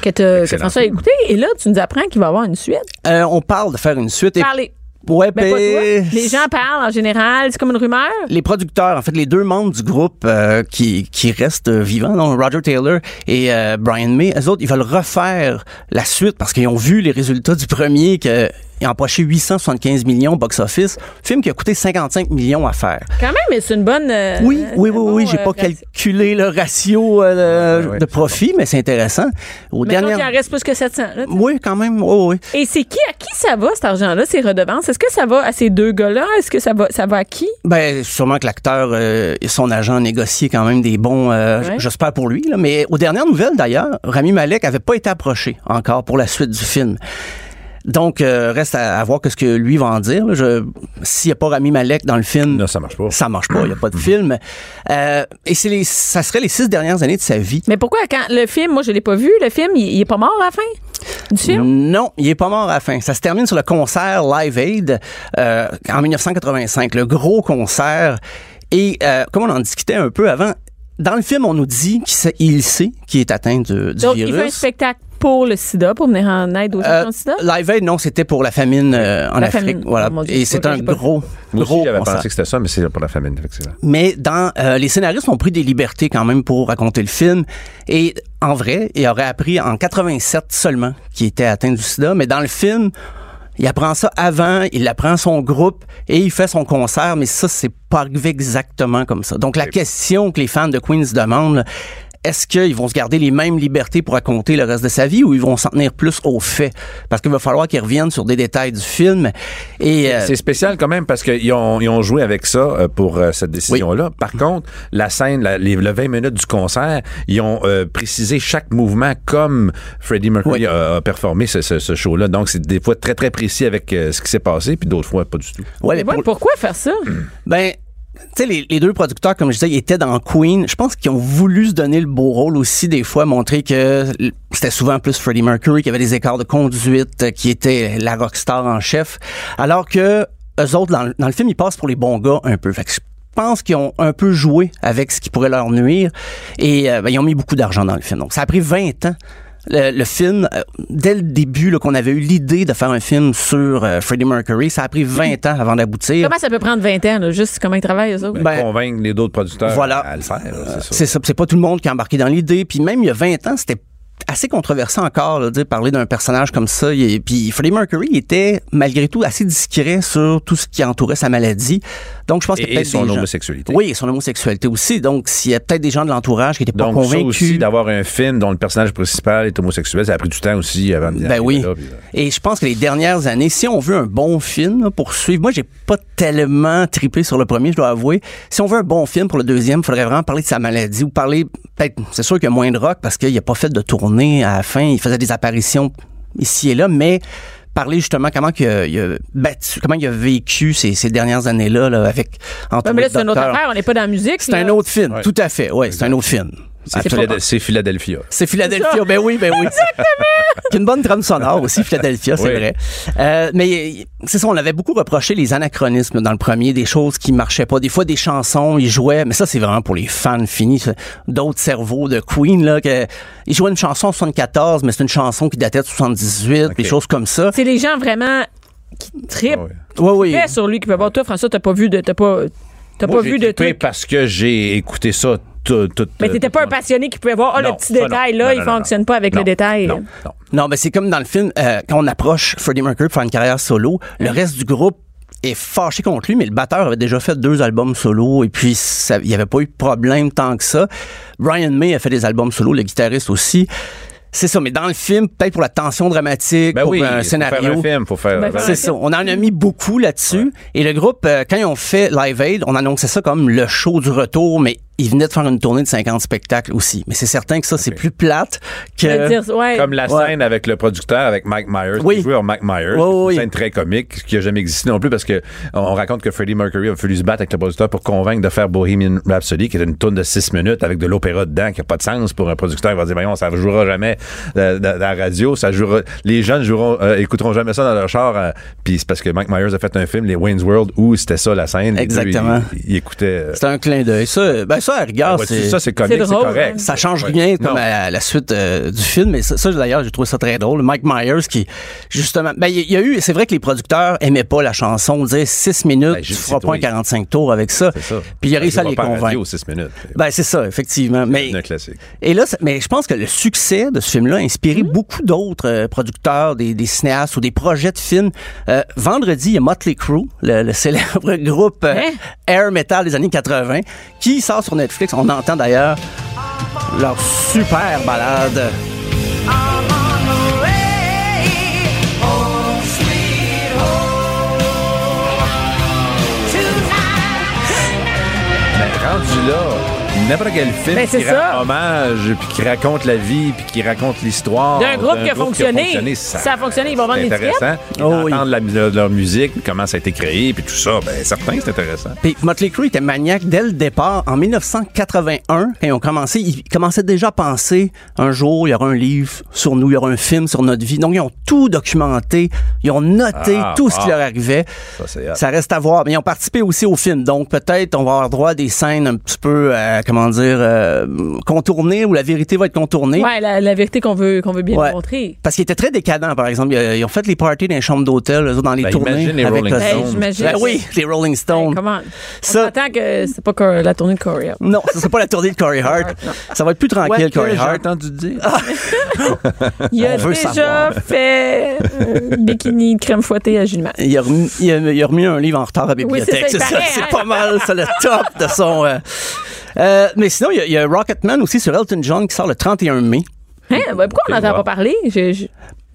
que, t'as- que Excellent. François a écouté. Et là, tu nous apprends qu'il va y avoir une suite. Euh, on parle de faire une suite. Et... Parlez. Ouais, Ben, pas ben, toi. Les gens parlent en général. C'est comme une rumeur. Les producteurs, en fait, les deux membres du groupe euh, qui, qui restent euh, vivants, donc Roger Taylor et euh, Brian May, eux autres, ils veulent refaire la suite parce qu'ils ont vu les résultats du premier que ils ont empoché 875 millions au box-office, film qui a coûté 55 millions à faire. Quand même, c'est une bonne. euh, Oui, euh, oui, oui, un bon, oui, j'ai euh, pas ratio. calculé le ratio euh, Ouais, ouais, de c'est profit, mais c'est intéressant. Au Mettons dernier, qu'il en reste plus que 700. là. oui, quand même, oui, oui. Et c'est qui à qui ça va cet argent-là, ces redevances Est-ce que ça va à ces deux gars-là Est-ce que ça va ça va à qui Ben, sûrement que l'acteur euh, et son agent négociaient quand même des bons, euh, Ouais. j'espère pour lui. Là. Mais aux dernières nouvelles, d'ailleurs, Rami Malek avait pas été approché encore pour la suite du film. Donc, euh, reste à, à voir que ce que lui va en dire. là. Je- S'il n'y a pas Rami Malek dans le film, Non, ça marche pas. Mm-hmm. ça marche pas. Il n'y a pas de film. Euh, et c'est les, ça serait les six dernières années de sa vie. Mais pourquoi quand le film, moi je l'ai pas vu, le film, il, il est pas mort à la fin du film Non, il est pas mort à la fin. Ça se termine sur le concert Live Aid euh, en 1985, le gros concert. Et euh, comme on en discutait un peu avant, dans le film, on nous dit qu'il sait, il sait qu'il est atteint de- du Donc il fait un virus. spectacle pour le sida pour venir en aide aux gens Euh, qui ont le sida. Live Aid, non, c'était pour la famine euh, en La Afrique. famine. Voilà. Oh mon Dieu, Et c'est ok, un j'ai pas- gros, Moi gros aussi, j'avais concert. pensé que c'était ça, mais c'est pour la famine, effectivement. Mais dans euh, les scénaristes ont pris des libertés quand même pour raconter le film et en vrai, il aurait appris en 87 seulement qu'il était atteint du sida, mais dans le film, il apprend ça avant, il apprend son groupe et il fait son concert, mais ça c'est pas arrivé exactement comme ça. Donc la question que les fans de Queen se demandent là, est-ce qu'ils vont se garder les mêmes libertés pour raconter le reste de sa vie ou ils vont s'en tenir plus aux faits? Parce qu'il va falloir qu'ils reviennent sur des détails du film. Et, euh, C'est spécial quand même parce qu'ils ont, ils ont joué avec ça euh, pour euh, cette décision-là. Par contre, la scène, la, les, le 20 minutes du concert, ils ont euh, précisé chaque mouvement comme Freddie Mercury Oui. a, a performé ce, ce- ce show-là. Donc, c'est des fois très, très précis avec euh, ce qui s'est passé, puis d'autres fois, pas du tout. ouais, Mais pour- ouais, pourquoi faire ça? Ben, tu sais, les, les deux producteurs, comme je disais, ils étaient dans Queen. Je pense qu'ils ont voulu se donner le beau rôle aussi, des fois, montrer que l- c'était souvent plus Freddie Mercury qui avait des écarts de conduite, euh, qui était la rockstar en chef. Alors que eux autres, dans, le- dans le film, ils passent pour les bons gars un peu. Fait que je pense qu'ils ont un peu joué avec ce qui pourrait leur nuire. Et euh, ben, ils ont mis beaucoup d'argent dans le film. Donc, ça a pris 20 ans. Le, le film, euh, dès le début là, qu'on avait eu l'idée de faire un film sur euh, Freddie Mercury, ça a pris 20 ans avant d'aboutir. Comment ça peut prendre 20 ans, là, juste comment ils travaillent, eux autres? Ben, Convaincre les autres producteurs voilà. Euh, à le faire, c'est ça. C'est ça, c'est pas tout le monde qui a embarqué dans l'idée. Puis même il y a 20 ans, c'était assez controversé encore là, de dire, parler d'un personnage comme ça. Et, puis Freddie Mercury était malgré tout assez discret sur tout ce qui entourait sa maladie. Donc je pense que Et- peut-être et son des gens- homosexualité. Oui, et son homosexualité aussi. Donc s'il y a peut-être des gens de l'entourage qui n'étaient pas Donc, ça aussi, convaincus. d'avoir un film dont le personnage principal est homosexuel, ça a pris du temps aussi avant de Ben oui. Là, puis euh, là. Et je pense que les dernières années, si on veut un bon film là, pour suivre, moi j'ai pas tellement trippé sur le premier, je dois avouer. Si on veut un bon film pour le deuxième, il faudrait vraiment parler de sa maladie ou parler peut-être c'est sûr qu'il y a moins de rock parce qu'il a pas fait de tournée à la fin, il faisait des apparitions ici et là, mais parler justement comment il a, il a battu, comment il a vécu ces, ces dernières années-là là, avec entre Ouais, mais là, c'est autres une autre docteurs. affaire, on n'est pas dans la musique. C'est un là. autre film, Ouais. tout à fait. Oui, c'est un autre film. C'est Absolument. Philad- C'est Philadelphia. C'est Philadelphia, ben oui, ben oui. Exactement! une bonne trame sonore aussi, Philadelphia, c'est Oui. vrai. Euh, mais c'est ça, on avait beaucoup reproché les anachronismes dans le premier, des choses qui marchaient pas. Des fois, des chansons, ils jouaient, mais ça, c'est vraiment pour les fans finis, ça. d'autres cerveaux de Queen, là, que, ils jouaient une chanson en 74, mais c'est une chanson qui datait de 78, des choses comme ça. C'est les gens vraiment qui tripent Ah ouais. Oui, oui. trippaient sur lui, qui peuvent voir. Toi, François, t'as pas vu de. T'as pas, t'as Moi, pas j'ai vu de trippé trucs. parce que j'ai écouté ça tout. tout Mais t'étais pas un patient. passionné qui pouvait voir, ah, le petit détail, là, il fonctionne pas avec le détail. Non, non. Non, mais c'est comme dans le film, euh, quand on approche Freddie Mercury pour faire une carrière solo, le Mm. reste du groupe est fâché contre lui, mais le batteur avait déjà fait deux albums solo et puis ça- il n'y avait pas eu de problème tant que ça. Brian May a fait des albums solo, le guitariste aussi. C'est ça, mais dans le film, peut-être pour la tension dramatique, Ben pour oui, un faut faire un scénario. film, euh, faut faire. Ben, C'est ça. On en a mis beaucoup là-dessus. Et le groupe, euh, quand ils ont fait Live Aid, on annonçait ça comme le show du retour, mais ils venaient de faire une tournée de 50 spectacles aussi. Mais c'est certain que ça, c'est plus plate Je que... veux dire, Euh, ouais. Comme la Ouais. scène avec le producteur, avec Mike Myers, Oui. qui jouait en Mike Myers. Oui, oui, Une oui. scène très comique, qui n'a jamais existé non plus, parce que on- on raconte que Freddie Mercury a voulu se battre avec le producteur pour convaincre de faire Bohemian Rhapsody, qui est une tourne de 6 minutes avec de l'opéra dedans, qui n'a pas de sens pour un producteur. Il va dire, voyons, ça ne jouera jamais euh, dans dans la radio, ça jouera, les jeunes joueront, euh, écouteront jamais ça dans leur char. euh, Puis c'est parce que Mike Myers a fait un film, les Wayne's World, où c'était ça la scène. Les deux, Exactement. ils- ils écoutaient, euh, Ah, C'est un clin d'œil. Ça, ben ça, à la rigueur, Ouais, c'est- ça, c'est comique, c'est drôle, correct. hein. ça change Ouais. rien comme Non. à la suite euh, du film. Mais ça, ça, d'ailleurs, j'ai trouvé ça très drôle. Mike Myers qui, justement, ben, il y, a eu, c'est vrai que les producteurs aimaient pas la chanson. On disait 6 minutes, Ben, tu j'ai- feras c'est- pas un oui. 45 tours avec ça. C'est ça. Puis il a Ça réussi à jouera les pas en radio, convaincre. six minutes. Ben, c'est ça, effectivement. Mais, un classique. et là, c'est- mais je pense que le succès de ce film-là a inspiré beaucoup d'autres euh, producteurs, des, des cinéastes ou des projets de films. Euh, vendredi, il y a Motley Crue, le, le célèbre groupe euh, Hein? air metal des années 80, qui sort sur Netflix. On entend d'ailleurs leur super balade. Mais Ben, rendu là, n'importe quel film Ben, c'est qui ça. rend hommage, puis qui raconte la vie, puis qui raconte l'histoire D'un groupe qui a fonctionné. ça, Ça a fonctionné, ils vont vendre c'est des tickets. intéressant. Oh oui. Entendre la, mu- leur musique, comment ça a été créé, puis tout ça, ben certain que c'est intéressant. Puis Motley Crue était maniaque dès le départ. En 1981, quand ils ont commencé, ils commençaient déjà à penser un jour, il y aura un livre sur nous, il y aura un film sur notre vie. Donc, ils ont tout documenté, ils ont noté Ah, tout ce qui wow. leur arrivait. Ça, c'est hot. Ça reste à voir. Mais ils ont participé aussi au film. Donc, peut-être on va avoir droit à des scènes un petit peu, euh, comment dire, euh, contournées, où la vérité va être contournée. Ouais, la, la vérité qu'on veut, qu'on veut bien Ouais. montrer. Parce qu'ils étaient très décadents, par exemple. Ils, ils ont fait les parties dans les chambres d'hôtel, eux autres, dans les Ben, tournées. imagine les avec Rolling le- Ben, Stones. j'imagine. Ben oui, les Rolling Hey, Stones. comment? Ça- On s'entend que c'est pas que la tournée de Corée. Non, ce sera pas la tournée de Corey Hart. Ça va être plus tranquille, Corey Hart. entendu dire. Ah, Il a On veut déjà savoir. fait euh, bikini crème fouettée à Gilman. Il a, remis, il, a, il a remis un livre en retard à la Oui, c'est bibliothèque. ça, il hein. c'est ça, paraît, c'est hein. pas mal. C'est le top de son. euh, Euh, mais sinon, il y a- il y, a Rocketman aussi sur Elton John qui sort le 31 mai. Hein? Ouais, pourquoi on n'entend pas parler? Je- je-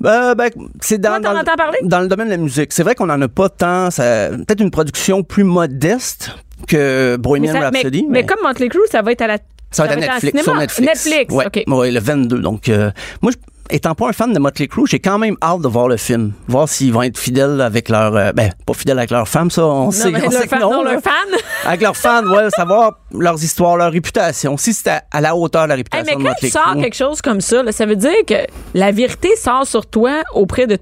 Euh, ben, c'est dans, Ouais, t'en dans le- entends parler? dans le domaine de la musique. C'est vrai qu'on n'en a pas tant. ça- Peut-être une production plus modeste que Mais, ça- Bohemian mais- Rhapsody. mais comme Motley Crue, ça va être à la. Ça va être à en Netflix, cinéma. sur Netflix. Netflix, ouais. OK. Ouais, le 22. Donc, euh, moi, je- étant pas un fan de Motley Crue, j'ai quand même hâte de voir le film. Voir s'ils vont être fidèles avec leur... euh, ben, pas fidèles avec leur femme, ça, on sait, Non, mais on le sait fan, que non. non, là. le fan. Avec leurs fans, ouais, savoir leurs histoires, leur réputation. Si c'était à, à la hauteur de la Hey, réputation mais de quand Motley tu sors Crue. quelque chose comme ça, là, ça veut dire que la vérité sort sur toi auprès de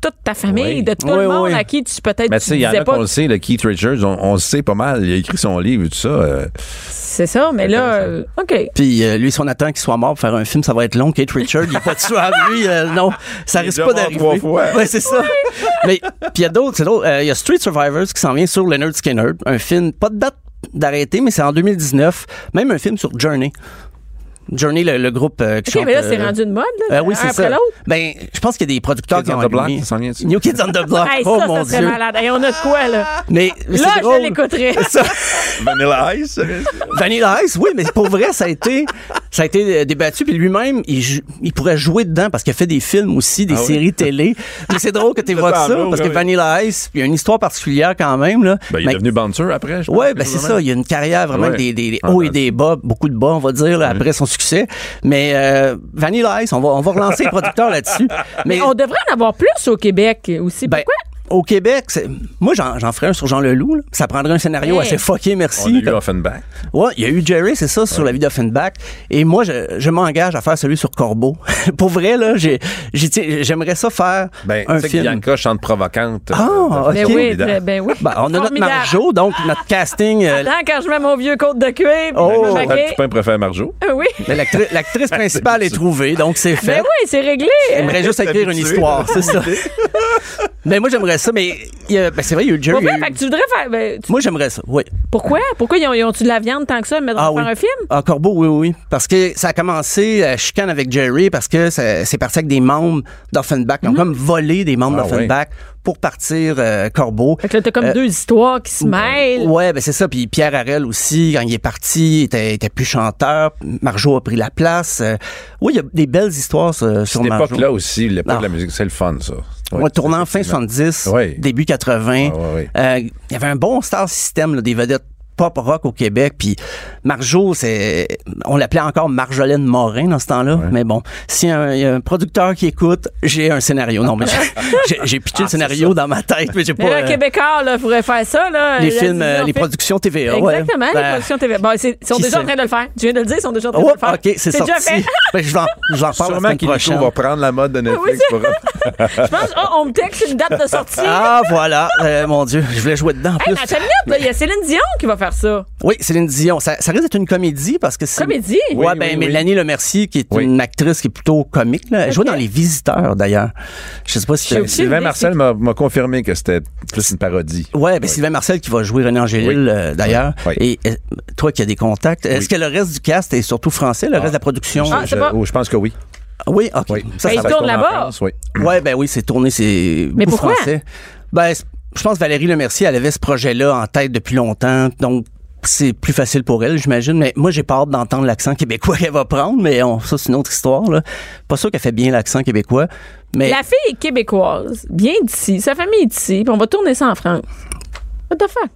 toute ta famille, Oui. de tout Oui, le monde oui. à qui tu peut-être Mais tu tu sais, il y en disais a pas. qu'on le sait, le Keith Richards, on, on le sait pas mal. Il a écrit son livre et tout ça. euh, C'est ça, mais là, euh, OK. Puis euh, lui, si on attend qu'il soit mort pour faire un film, ça va être long. Kate Richard, il est pas tuable, lui. euh, non, ça est risque déjà pas mort d'arriver. trois fois. Ouais, c'est ça. Mais puis il y a d'autres, c'est d'autres. Euh, Il y a Street Survivors qui s'en vient sur Leonard Skinner, un film pas de date d'arrêter, mais c'est en 2019. Même un film sur Journey. Journey, le, le groupe euh, qui OK, mais là, chante, c'est euh, rendu une mode, là. euh, oui, un c'est après ça. l'autre. Ben, je pense qu'il y a des producteurs Kids qui on ont the Block, allumé. ça s'en vient-tu? New Kids on the Block. Hey, oh ça, ça mon serait Dieu. malade. Hey, on a de quoi, là? Mais, mais Là, c'est je drôle. l'écouterais. Vanilla Ice? Vanilla Ice, oui, mais pour vrai, ça a été, ça a été euh, débattu. Puis lui-même, il, ju- il pourrait jouer dedans parce qu'il a fait des films aussi, des séries télé. Mais Ah c'est drôle que tu évoques ça tableau, parce que oui. Vanilla Ice, il y a une histoire particulière quand même. Là. Ben, il est Mais- devenu bouncer après. je pense, Ouais, quelque ben chose c'est de même. ça. Il y a une carrière vraiment Ouais. des, des, des Ah, hauts et ben, des bas, beaucoup de bas, on va dire, là, après son succès. Mais euh, Vanilla Ice, on va, on va relancer les producteurs là-dessus. Mais on devrait en avoir plus au Québec aussi. Ben, Pourquoi? au Québec, c'est- moi j'en j'en ferais un sur Jean Leloup. là. Ça prendrait un scénario Hey. assez fucké, merci. On a eu Comme- Offenbach. Ouais, il y a eu Jerry, c'est ça, sur la vie d'Offenbach. Et moi, je, je m'engage à faire celui sur Corbeau. Pour vrai, là, j'ai, j'ai- tu sais, j'aimerais ça faire Ben, un tu sais que film. Bianca chante provocante. Ah, Euh, ok. Ben c'est oui, évident. ben, ben oui. Ben, on a notre Formidable. Marjo, donc notre casting. euh, Attends, quand je mets mon vieux côte de cuir, Oh. je me Notre maquille. petit pain préfère Marjo. Ah Oui. mais l'actri- l'actrice principale est trouvée, donc c'est fait. Ben oui, c'est réglé. J'aimerais juste écrire une histoire, c'est ça. mais moi, j'aimerais ça, mais il y a- ben, c'est vrai, il y a eu Jerry. Pour vrai, il y a fait eu- que tu voudrais faire. ben, tu- Moi, j'aimerais ça, oui. pourquoi? Pourquoi ils ont, ils ont-tu de la viande tant que ça, mais Ah pour faire oui. un film? Ah, Corbeau, oui, oui. oui. Parce que ça a commencé à chicane avec Jerry parce que ça- c'est parti avec des membres d'Offenbach. Mhm. Ils ont comme volé des membres Ah, d'Offenbach pour partir euh, Corbeau. Fait que là, t'as comme Euh, deux histoires qui se mêlent. Ouais, ben c'est ça. Puis Pierre Harel aussi, quand il est parti, était, était plus chanteur. Marjo a pris la place. Euh, oui, il y a des belles histoires euh, sur Cette Marjo. époque-là aussi, l'époque Ah. de la musique, c'est le fun, ça. Ouais, Ouais, tournant fin effectivement. 70, Ouais. début 80. Ouais, ouais, ouais. Euh, Il y avait un bon star système là, des vedettes pop rock au Québec. Puis Marjo, c'est, on l'appelait encore Marjolaine Morin dans ce temps-là. Mais bon, si un, il y a un producteur qui écoute, j'ai un scénario. Non, mais j'ai- j'ai, j'ai Ah, pitché le scénario dans ma tête, mais j'ai Mais pas. là, euh, Québécois, là, faudrait faire ça, là. La les films, division euh, les film. productions TVA. ouais. Exactement, les Ben, productions TV. Bon, c'est- ils sont qui déjà sait? en train de le faire. Tu viens de le dire, ils sont déjà en train Oh, de le faire. ok, c'est, sorti. déjà fait. Ben, je vais en, je vais en parler la Sûrement semaine qu'Ilico prochaine. va prendre la mode de Netflix pour. Je pense, oh, on me texte une date de sortie. Ah voilà, Euh, mon Dieu, je voulais jouer dedans en Hey, plus. mais attends une minute, là, il y a Céline Dion qui va faire ça. Oui, Céline Dion. Ça, ça risque d'être une comédie parce que c'est. Comédie? Ouais, Oui, ben oui, oui. Mélanie Lemercier, qui est Oui. une actrice qui est plutôt comique. Là. Elle jouait dans Les Visiteurs, d'ailleurs. Je sais pas si Je tu sais Sylvain idée, Marcel m'a m'a confirmé que c'était plus une parodie. Ouais, ben Sylvain Marcel qui va jouer René Angélil, Oui. euh, d'ailleurs. Oui. Et euh, toi qui as des contacts, est-ce Oui. que le reste du cast est surtout français, le reste de la production? Ah, c'est Je, pas- oh, je pense que oui. Oui, ok. oui. Ça, Ben, ça il va. tourne se en là-bas. France, oui. Ouais, ben oui, c'est tourné, c'est Mais beaucoup pourquoi? français. Ben, c'est- je pense que Valérie Lemercier, elle avait ce projet-là en tête depuis longtemps, donc c'est plus facile pour elle, j'imagine. Mais moi, j'ai peur d'entendre l'accent québécois qu'elle va prendre, mais on- ça, c'est une autre histoire. Là. Pas sûr qu'elle fait bien l'accent québécois, Eh. mais La fille est québécoise, bien d'ici, sa famille est d'ici, puis on va tourner ça en France. What the fuck?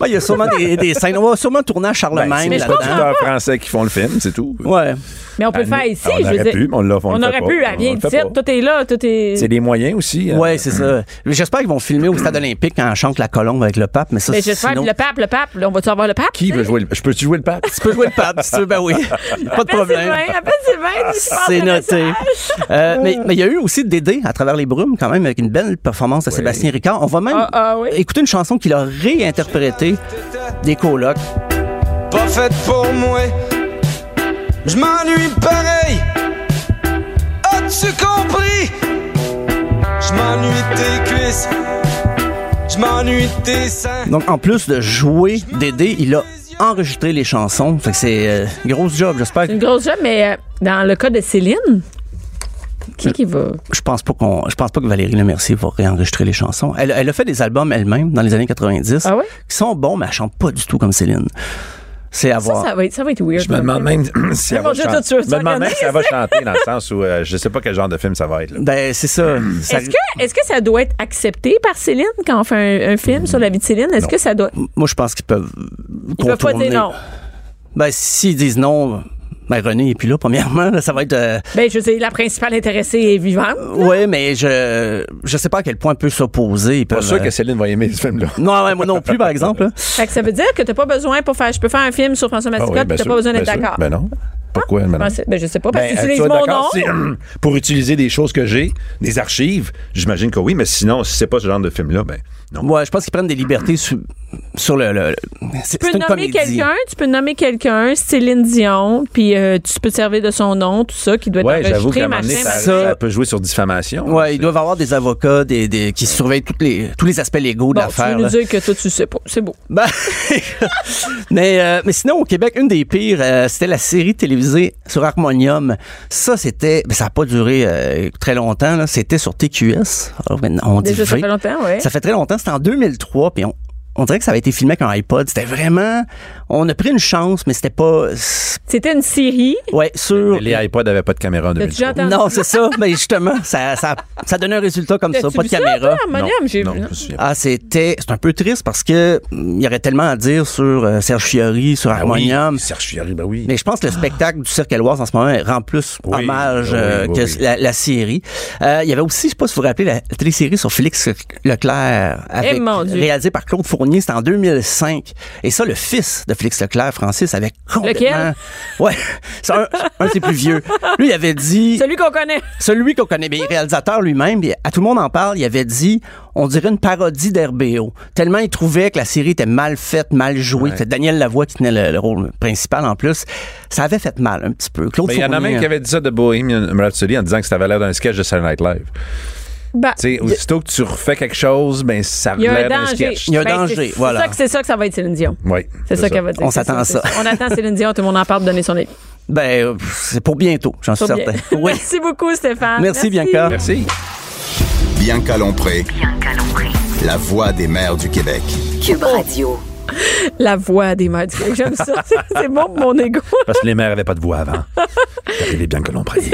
Ouais, il y a sûrement des, des scènes. On va sûrement tourner à Charlemagne Mais je les comprends là-dedans. producteurs français qui font le film, c'est tout. Ouais. Mais on peut Ah, le faire nous, ici, on je veux aurait dire. pu, mais on l'a- on On le fait aurait pas. pu, On elle vient le fait d'ici, pas. tout est là, tout est... C'est des moyens aussi. euh, Ouais, c'est ça. J'espère qu'ils vont filmer au Stade olympique quand on chante la colombe avec le pape, mais ça, Mais c'est j'espère que sinon- le pape, le pape, là, on va-tu avoir le pape? Qui veut jouer le. Je peux-tu jouer le pape? Tu peux jouer le pape, si tu veux, ben oui. Pas de Appelle problème. Sylvain, appelle Ah, Sylvain, dis, je passe Ah, C'est le noté. message. Euh, mais mais il y a eu aussi Dédé à travers les brumes, quand même, avec une belle performance de Sébastien Ricard. On va même Ah, ah, oui. écouter une chanson qu'il a réinterprétée des colocs. pas faite pour moi. Je m'ennuie pareil. As-tu compris? Je m'ennuie de tes cuisses. Je m'ennuie de tes seins. Donc, en plus de jouer Dédé, il a enregistré les chansons. Fait que c'est euh, grosse job, j'espère. que- Une grosse job, mais euh, dans le cas de Céline, qui qui va? Je pense pas qu'on, je pense pas que Valérie Lemercier va réenregistrer les chansons. Elle, elle a fait des albums elle-même dans les années 90 Ah ouais? qui sont bons, mais elle chante pas du tout comme Céline. C'est à Ça, voir. ça va être, ça va être weird. Je me demande même si elle va Manger tout de chanter. suite, Je me demande même ça, si elle va chanter dans le sens où euh, je sais pas quel genre de film ça va être. là. Ben, c'est ça. Ça- Est-ce que, est que ça doit être accepté par Céline quand on fait un, un film sur la vie de Céline? Est-ce que ça doit. Moi, je pense qu'ils peuvent Ils peuvent pas dire non. Ben, s'ils disent non, ben, René et puis là, premièrement. là, ça va être... euh, Ben, je sais, la principale intéressée est vivante. ouais, mais je je sais pas à quel point ils peuvent s'opposer. Ils Pas peuvent, sûr euh, que Céline va aimer ce film-là. Non, ouais, moi non plus, par exemple. là. Fait que ça veut dire que t'as pas besoin pour faire. Je peux faire un film sur François Ah oui, Massicotte, bien t'as sûr, pas besoin d'être bien sûr. d'accord. Ben non. Pourquoi? ben non? Ben, c'est- ben, je sais pas, parce Ben, que tu euh, tu utilises vas mon être nom. d'accord si- pour utiliser des choses que j'ai, des archives, j'imagine que oui, mais sinon, si c'est pas ce genre de film-là, ben non. Ouais, je pense qu'ils prennent des libertés sur, sur le... le, le- Tu c'est c'est peux une nommer comédie. quelqu'un, tu peux nommer quelqu'un, Céline Dion, puis euh, tu peux te servir de son nom, tout ça, qui doit être Ouais, j'avoue enregistré, qu'à un moment donné, machin, ça, machin. machin. ça peut jouer sur diffamation. Ouais, C'est- ils doivent avoir des avocats des, des- qui surveillent toutes les, tous les aspects légaux de Bon, tu veux l'affaire. nous là. dire que toi, tu sais pas. C'est beau. Ben, mais, euh, mais sinon, au Québec, une des pires, euh, c'était la série télévisée sur Harmonium. Ça, c'était... ben, ça n'a pas duré euh, très longtemps. là. C'était sur TQS. Alors, ben, on dit Déjà, ça V. fait longtemps, ouais. Ça fait très longtemps, c'était en 2003, puis on, on dirait que ça avait été filmé avec un iPod. C'était vraiment... On a pris une chance, mais c'était pas... C'était une série. Ouais, sur... Les iPods n'avaient pas de caméra en T'as-tu 2003. déjà entendu? Non, c'est ça, mais justement, ça, ça, ça donnait un résultat comme ça, T'as-tu pas de vu ça, caméra. toi, Harmonium? J'ai Non, vu. je me souviens pas. Ah, c'était... C'est un peu triste parce que hum, il y aurait tellement à dire sur euh, Serge Fiori, sur Ah oui, Harmonium. Serge Fiori, ben oui. Mais je pense que le spectacle du Cirque Éloise en ce moment rend plus Oui, Ah hommage oui, euh, oui, que oui. La, la série. Euh, il y avait aussi, je sais pas si vous vous rappelez, la, la télésérie sur Félix Leclerc, Eh, avec, mon Dieu. réalisée par Claude Fournier, c'était en 2005. Et ça, le fils de Félix Leclerc, Francis, avait complètement... Lequel? Ouais, c'est un, un de ses plus vieux. Lui, il avait dit... Celui qu'on connaît. Celui qu'on connaît bien, réalisateur lui-même, puis à tout le monde en parle, il avait dit, on dirait une parodie d'RBO. Tellement il trouvait que la série était mal faite, mal jouée. C'était Daniel Lavoie qui tenait le, le rôle principal en plus. Ça avait fait mal un petit peu. Claude Mais Ben, il y en a Fournier, euh, même qui avaient dit ça de Bohemian Rhapsody en disant que ça avait l'air d'un sketch de Saturday Night Live. Ben, Tu sais, aussitôt que tu refais quelque chose, ben ça a il y a l'air un d'un danger. sketch. Il y a un Ben, danger, c'est- c'est voilà. ça que- C'est ça que ça va être Céline Dion. Oui. C'est ça qu'elle va dire. On C'est s'attend c'est à ça. On attend Céline Dion, tout le monde en parle, de donner son avis. Ben, euh, pff, c'est pour bientôt, j'en suis Pas bien. certain. Oui. Merci beaucoup, Stéphane. Merci, Bianca. Merci. Bianca Lompré, la voix des mères du Québec. Cube Radio. La voix des mères du Québec. J'aime ça. C'est- C'est bon pour mon ego. Parce que les mères n'avaient pas de voix avant. T'appelais bien que l'on prie.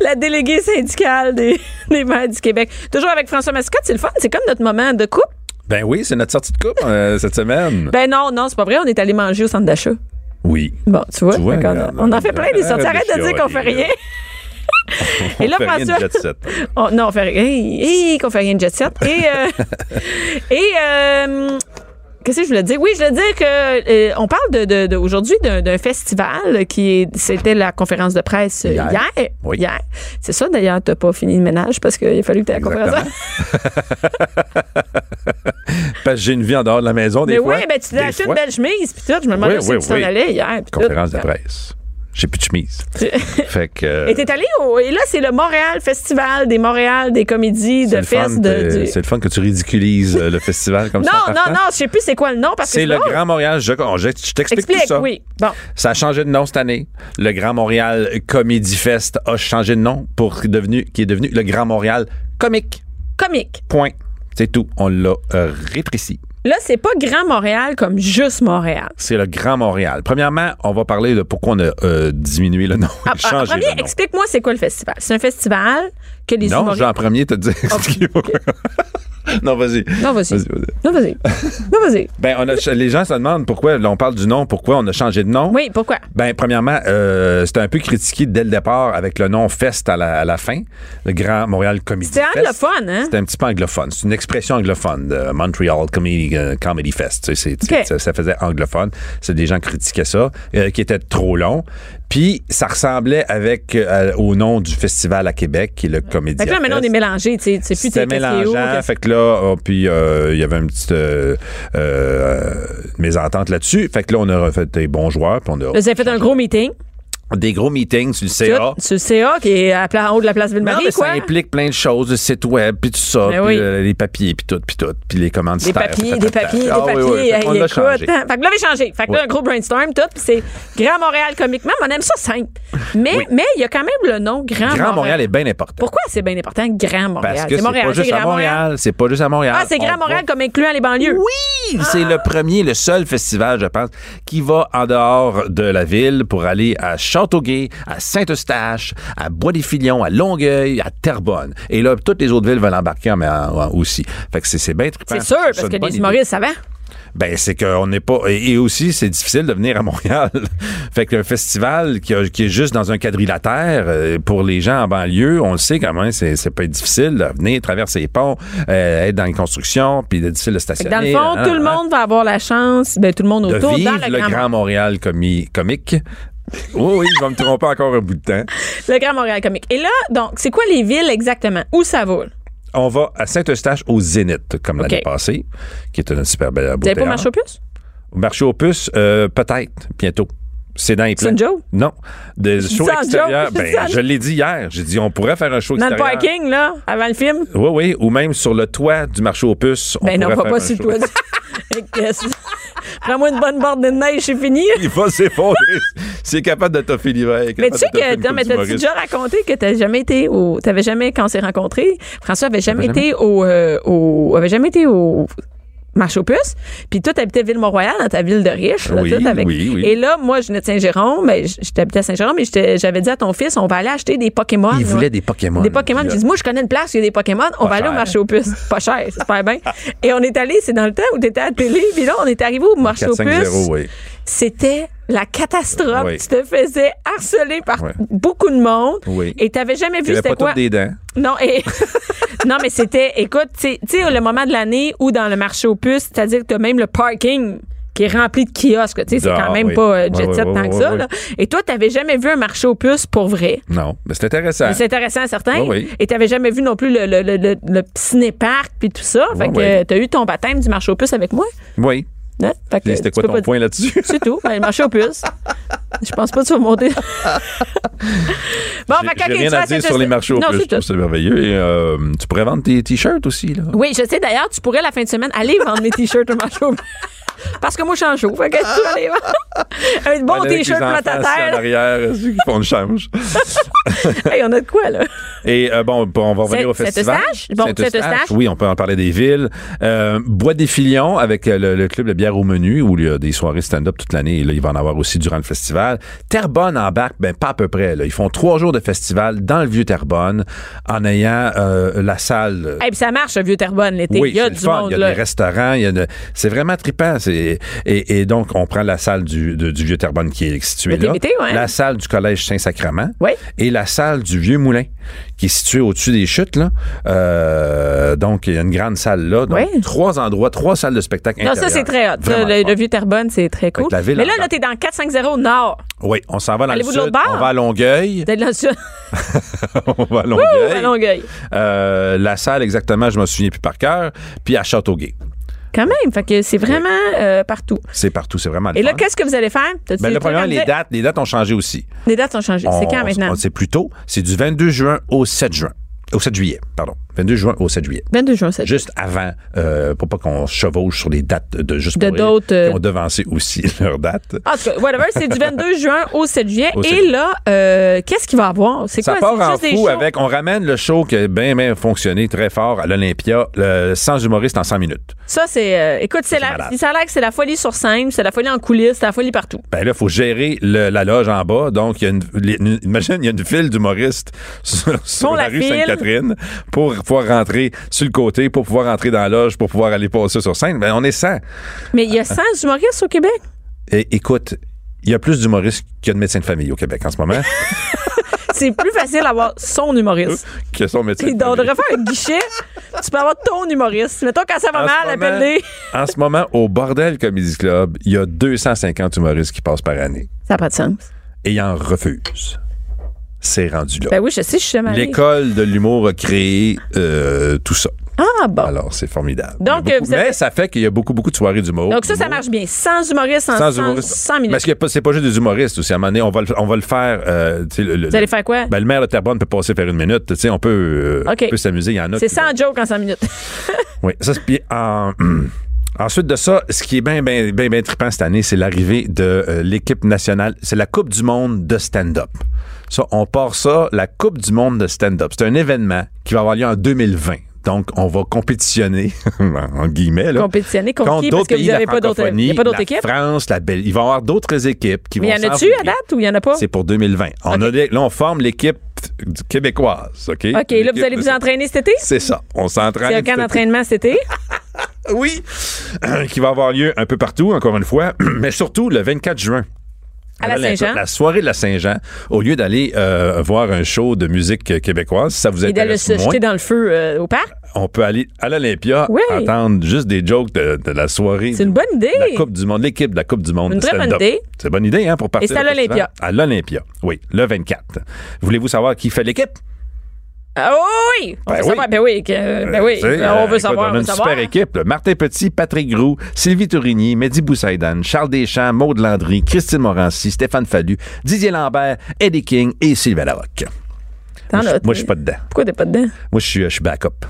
La déléguée syndicale des, des mères du Québec. Toujours avec François Mascotte, c'est le fun. C'est comme notre moment de coupe. Ben oui, c'est notre sortie de coupe euh, cette semaine. Ben non, non, c'est pas vrai. On est allé manger au centre d'achat. Oui. Bon, tu vois, Tu vois, fait qu'on- regarde, on en fait plein des arrête euh, sorties. de Arrête de dire qu'on fait chialer, rien. ben, Et là, on fait rien de François- jet set. On- Ah, non, on fait rien. Hey, hey, qu'on fait rien de jet set. Et, euh, et euh, qu'est-ce que je voulais dire? Oui, je voulais dire que euh, on parle de, de- de- aujourd'hui d'un, d'un festival qui est, c'était la conférence de presse hier. Hier. Hier. Oui. C'est ça, d'ailleurs, t'as pas fini le ménage parce qu'il a fallu que tu aies la conférence. Exactement. Parce que j'ai une vie en dehors de la maison des Mais fois. oui, ben, tu t'es Des acheté une fois. belle chemise, puis tout. Je me demandais Oui, si oui, tu t'en oui. allais hier. puis tout. Conférence de presse. J'ai plus de chemise. fait que. euh, Et t'es allé au. Et là, c'est le Montréal Festival des Montréal, des comédies, de c'est le fun festes. de- De, du- C'est le fun que tu ridiculises euh, le festival comme Non, ça. en non, partant. non, je sais plus c'est quoi le nom parce que C'est le drôle. Grand Montréal. Je, on- je- je t'explique tout Explique, ça. oui. Bon. Ça a changé de nom cette année. Le Grand Montréal Comedy Fest a changé de nom pour devenu, qui est devenu le Grand Montréal Comique. Comique. Point. C'est tout. On l'a euh, rétréci. Là, c'est pas Grand Montréal comme juste Montréal. C'est le Grand Montréal. Premièrement, on va parler de pourquoi on a euh, diminué le nom. Ah, ah, changé premier, le nom. explique-moi c'est quoi le festival. C'est un festival que les Non, humoristes. je vais en premier te dire. non, vas-y. Non, vas-y. Vas-y, vas-y. Non, vas-y. non, vas-y. Ben, on a- les gens se demandent pourquoi là, on parle du nom, pourquoi on a changé de nom. Oui, pourquoi? Ben, premièrement, euh, c'était un peu critiqué dès le départ avec le nom Fest à la, à la fin, le Grand Montréal Comedy C'était Fest. anglophone, hein? C'était un petit peu anglophone. C'est une expression anglophone, de Montreal Comedy, euh, Comedy Fest. Tu sais, c'est- Ok. c'est- ça, ça faisait anglophone. C'est des gens qui critiquaient ça, euh, qui était trop long. Puis, ça ressemblait avec euh, au nom du festival à Québec, qui est le Comédie Fait que là, maintenant, on est mélangés. Tu sais tu sais plus c'était t'es- t'es où, mélangeant. qu'est-ce- Fait que là, oh, puis euh, il y avait une petite euh, euh, mésentente là-dessus. Fait que là, on a refait des bons joueurs. Puis on a Là, Vous avez fait un gros meeting. des gros meetings sur le CA. Tout, sur le CA qui est à pla- en haut de la place Non, Ville-Marie, mais quoi. ça implique plein de choses, le site web, puis tout ça, Mais puis oui. euh, les papiers, puis tout, puis tout, puis les commandes Des papiers, des papiers, des Ah papiers. hey, on l'a écoute, changé. hein. Fait que là, j'ai changé. Fait que là, Ouais. un gros brainstorm, tout. Puis c'est Grand Montréal comiquement, mais on aime ça simple. Mais mais il y a quand même le nom Grand, Grand Montréal est bien important. Pourquoi c'est bien important, Grand Montréal? Parce que c'est Montréal, pas juste à Grand Montréal, c'est pas juste à Montréal. Ah, c'est On Grand Montréal Ah! va- comme incluant les banlieues. Oui, c'est le premier, le seul festival, je pense, qui va en dehors de la ville pour aller à Châteauguay, à Saint-Eustache, à Bois-des-Filions, à Longueuil, à Terrebonne. Et là, toutes les autres villes veulent embarquer mais aussi. Fait que c'est- c'est bien trippant. C'est sûr, Ça, parce une que bonne les idée. humoristes savent. Ben, c'est qu'on n'est pas. Et et aussi, c'est difficile de venir à Montréal. fait qu'un festival qui, a- qui est juste dans un quadrilatère, euh, pour les gens en banlieue, on le sait quand même, c'est, c'est pas difficile de venir traverser les ponts, euh, être dans les constructions, puis c'est difficile de Fait que stationner. dans le fond, hein, tout le hein, monde va avoir la chance, ben, tout le monde de autour, vivre dans le Grand, Montréal. Montréal comi- comique. Oui, oui, je vais me tromper encore un bout de temps. le Grand Montréal comique. Et là, donc, c'est quoi les villes exactement? Où ça va? On va à Saint-Eustache au Zénith, comme l'année Ok. passée, qui est une super belle Vous n'avez pas marché au puce? Marché aux puces, euh, peut-être, bientôt. C'est dans les C'est plans. une joke? Non. Des dis shows ça en extérieurs. joke, je dis Ben, ça en- je l'ai dit hier. J'ai dit, on pourrait faire un show Dans le extérieur. parking, là, avant le film? Oui, oui. Ou même sur le toit du marché aux puces. on Ben non, pourrait va faire pas un sur toi. show. Prends-moi une bonne borde de neige, c'est fini. Il va s'effondrer. C'est capable de toffer l'hiver. il est Mais capable tu sais de toffer que, une non, coupe mais t'as-tu d'humoriste. déjà raconté que t'as jamais été au, t'avais jamais, quand on s'est rencontrés, François avait jamais J'avais été au, euh, au, avait jamais été au marché aux puces, puis toi t'habitais Ville-Mont-Royal, dans ta ville de riche, là, Oui, tout avec- oui, oui. Et là, moi, je venais de Saint-Jérôme, mais j- j'habitais à Saint-Jérôme, et j'étais- j'avais dit à ton fils, on va aller acheter des Pokémon. Il là. voulait des Pokémon. Des Pokémon. Puis J'ai là, dit, moi, je connais une place, où il y a des Pokémon. On Pas va aller au cher. marché aux puces. Pas cher, c'est super bien. Et on est allé, c'est dans le temps où t'étais à la télé, puis là, on est arrivé au marché aux 4-5-0, puces. oui. C'était la catastrophe. Oui. Tu te faisais harceler par Ouais. beaucoup de monde. Oui. Et t'avais jamais Il vu avait c'était pas quoi. toutes des dents. Non, et- non, mais c'était, écoute, tu sais- tu sais, le moment de l'année où dans le marché aux puces, c'est-à-dire que t'as même le parking qui est rempli de kiosques, tu sais, c'est Ah, quand même oui. pas euh, Ouais, jet ouais, set ouais, tant ouais, que ça, ouais. là. Et toi, t'avais jamais vu un marché aux puces pour vrai. Non. Mais c'est intéressant. Mais C'est intéressant, certain. Oui, oui. Et t'avais jamais vu non plus le, le, le, le, le petit ciné-parc puis tout ça. Fait Oui, que oui. euh, t'as eu ton baptême du marché aux puces avec moi. Oui. Hein? Fait que, Et C'était tu quoi peux ton pas- point là-dessus? C'est tout. Ben, le marché aux puces. Je pense pas que tu vas monter. bon, J'ai- fait que, J'ai ok, rien tu à vas dire cette- sur les marchés aux Non, puces. c'est Je trouve tout. ça merveilleux. Et, euh, tu pourrais vendre tes t-shirts aussi, là. Oui, je sais d'ailleurs, tu pourrais la fin de semaine aller vendre mes t-shirts au marché aux puces. Parce que moi, je suis en chaud. Fait que tu vas aller vendre un bon Avec les t-shirt plat à enfants assis en terre. arrière, ceux qui font le change. Hey, on a de quoi, là? Et euh, bon, bon, on va revenir au Saint- festival. Saint-Eustache? Bon, Saint-Eustache, Saint-Eustache. Oui, on peut en parler des villes. Euh, Bois des Filions avec euh, le, le club de bière au menu où il y a des soirées stand-up toute l'année et là, il va en avoir aussi durant le festival. Terrebonne en bac, ben pas à peu près. Là. Ils font trois jours de festival dans le vieux Terrebonne en ayant euh, la salle euh, Et puis ça marche, le vieux Terrebonne, l'été. oui, il y a c'est le du fun. monde, Il y a là. des restaurants. Il y a de- C'est vraiment trippant. C'est- Et, et donc, on prend la salle du, de- du vieux Terrebonne qui est située Le là. TVT, ouais. La salle du collège Saint-Sacrement. Oui. Et la salle du vieux Moulin qui est située au-dessus des chutes. Là. Euh, donc, il y a une grande salle là. Donc, Oui. Trois endroits, trois salles de spectacle. Non, ça, intérieures. c'est très hot. Ça, Vraiment le, fun. le vieux Terrebonne, c'est très cool. que la ville Mais là, en- là, t'es dans 450 Nord. Oui, on s'en va dans le Allez-vous de l'autre sud. bord? On va à Longueuil. T'es dans le sud. on va à Ouh, Longueuil. à Longueuil. Euh, la salle, exactement, je me souviens plus par cœur. Puis à Châteauguay. Quand même. Fait que c'est vraiment euh, partout. C'est partout. C'est vraiment le Et là, fun. qu'est-ce que vous allez faire? T'as-tu Ben, des le trucs premier, à me les dire? dates, les dates ont changé aussi. Les dates sont changées. C'est On- quand maintenant? on- C'est plus tôt. C'est du 22 juin au 7 juin. Au 7 juillet, pardon. 22 juin au 7 juillet. 22 juin, c'est Juste avant, euh, pour pas qu'on se chevauche sur des dates de juste De pour rire, d'autres, euh, qui ont devancé aussi leur date. En tout cas, whatever, c'est du 22 juin au 7 juillet. Au 7 Et juillet. là, euh, qu'est-ce qu'il va y avoir? C'est Ça quoi? part C'est en juste des fou shows? avec, on ramène le show qui a bien, bien fonctionné très fort à l'Olympia, le sans humoriste en 100 minutes. Ça, c'est. euh, écoute, c'est c'est la, malade. ça a l'air que c'est la folie sur scène, c'est la folie en coulisses, c'est la folie partout. Ben là, il faut gérer le- la loge en bas. Donc, il y a une, les- une- imagine, il y a une file d'humoristes sur, sur la, la rue file. Sainte-Catherine pour pouvoir rentrer sur le côté, pour pouvoir rentrer dans la loge, pour pouvoir aller passer sur scène. Ben, on est 100. Mais il y a 100 humoristes au Québec? É- Eh, écoute, il y a plus d'humoristes qu'il y a de médecins de famille au Québec en ce moment C'est plus facile d'avoir son humoriste. que son médecin. Puis, de on famille. devrait faire un guichet. Tu peux avoir ton humoriste. Mettons, quand ça va En ce mal, moment- appelle-les. En ce moment, au Bordel Comedy Club, il y a 250 humoristes qui passent par année Ça n'a pas de sens. et ils en refusent. C'est rendu là. Ben oui, je sais, je suis jamais allée. L'école de l'humour a créé euh, tout ça. Ah bon. Alors, c'est formidable. Donc, Il y a beaucoup- euh, vous mais êtes- ça fait qu'il y a beaucoup, beaucoup de soirées d'humour. Donc ça, ça D'humour. marche bien. Sans humoriste, sans, Sans sans, humoriste. sans Mais minutes. est-ce qu'il y a pas- c'est pas juste des humoristes aussi. À un moment donné, on va le, on va le faire. euh, tu sais, le- le- Vous allez faire quoi? Ben, le maire de Terrebonne peut passer faire une minute. tu sais, On peut, euh, OK. on peut s'amuser. Il y en a. C'est qui- sans joke en 100 minutes. Oui, ça, c'est- puis en- Ensuite de ça, ce qui est bien, bien, bien, bien trippant cette année, c'est l'arrivée de euh, l'équipe nationale. C'est la Coupe du monde de stand-up. Ça, on part ça, la Coupe du monde de stand-up. C'est un événement qui va avoir lieu en 2020. Donc, on va compétitionner, en guillemets, là, Compétitionner contre, contre qui? Parce d'autres que vous pays de la n'avez pas d'autres il francophonie, y a pas d'autres la équipes. France, la Belgique. Il va y avoir d'autres équipes qui Mais vont y en a-tu à s'envoyer. date ou il y en a pas? C'est pour 2020. On OK. a des- là, on forme l'équipe du- québécoise, OK? OK, là, vous allez vous entraîner cet été? C'est ça. On s'entraîne. C'est un camp d'entraînement cet été? Oui. qui va avoir lieu un peu partout, encore une fois, mais surtout le 24 juin. À la Voilà, Saint-Jean. La soirée de la Saint-Jean, au lieu d'aller euh, voir un show de musique euh, québécoise, si ça vous Et d'aller intéresse se moins, jeter dans le feu euh, au parc? on peut aller à l'Olympia, Oui. entendre juste des jokes de, de la soirée. C'est une bonne idée. de La Coupe du Monde, l'équipe de la Coupe du Monde. Une du très bonne stand-up. idée. C'est une bonne idée, hein, pour partir. c'est à au festival. l'Olympia. À l'Olympia, oui, le 24. Voulez-vous savoir qui fait l'équipe? Ah oui! On Ben veut oui. savoir. Ben oui, que- ben oui. Tu sais, euh, on veut écoute, savoir. On a veut une savoir. super équipe. là. Martin Petit, Patrick Groux, Sylvie Tourigny, Mehdi Boussaïdan, Charles Deschamps, Maude Landry, Christine Morancy, Stéphane Fallu, Didier Lambert, Eddie King et Sylvain Larocque. T'en Moi, je- as- moi, je suis pas dedans. Pourquoi t'es pas dedans? Moi, je suis, euh, je suis backup.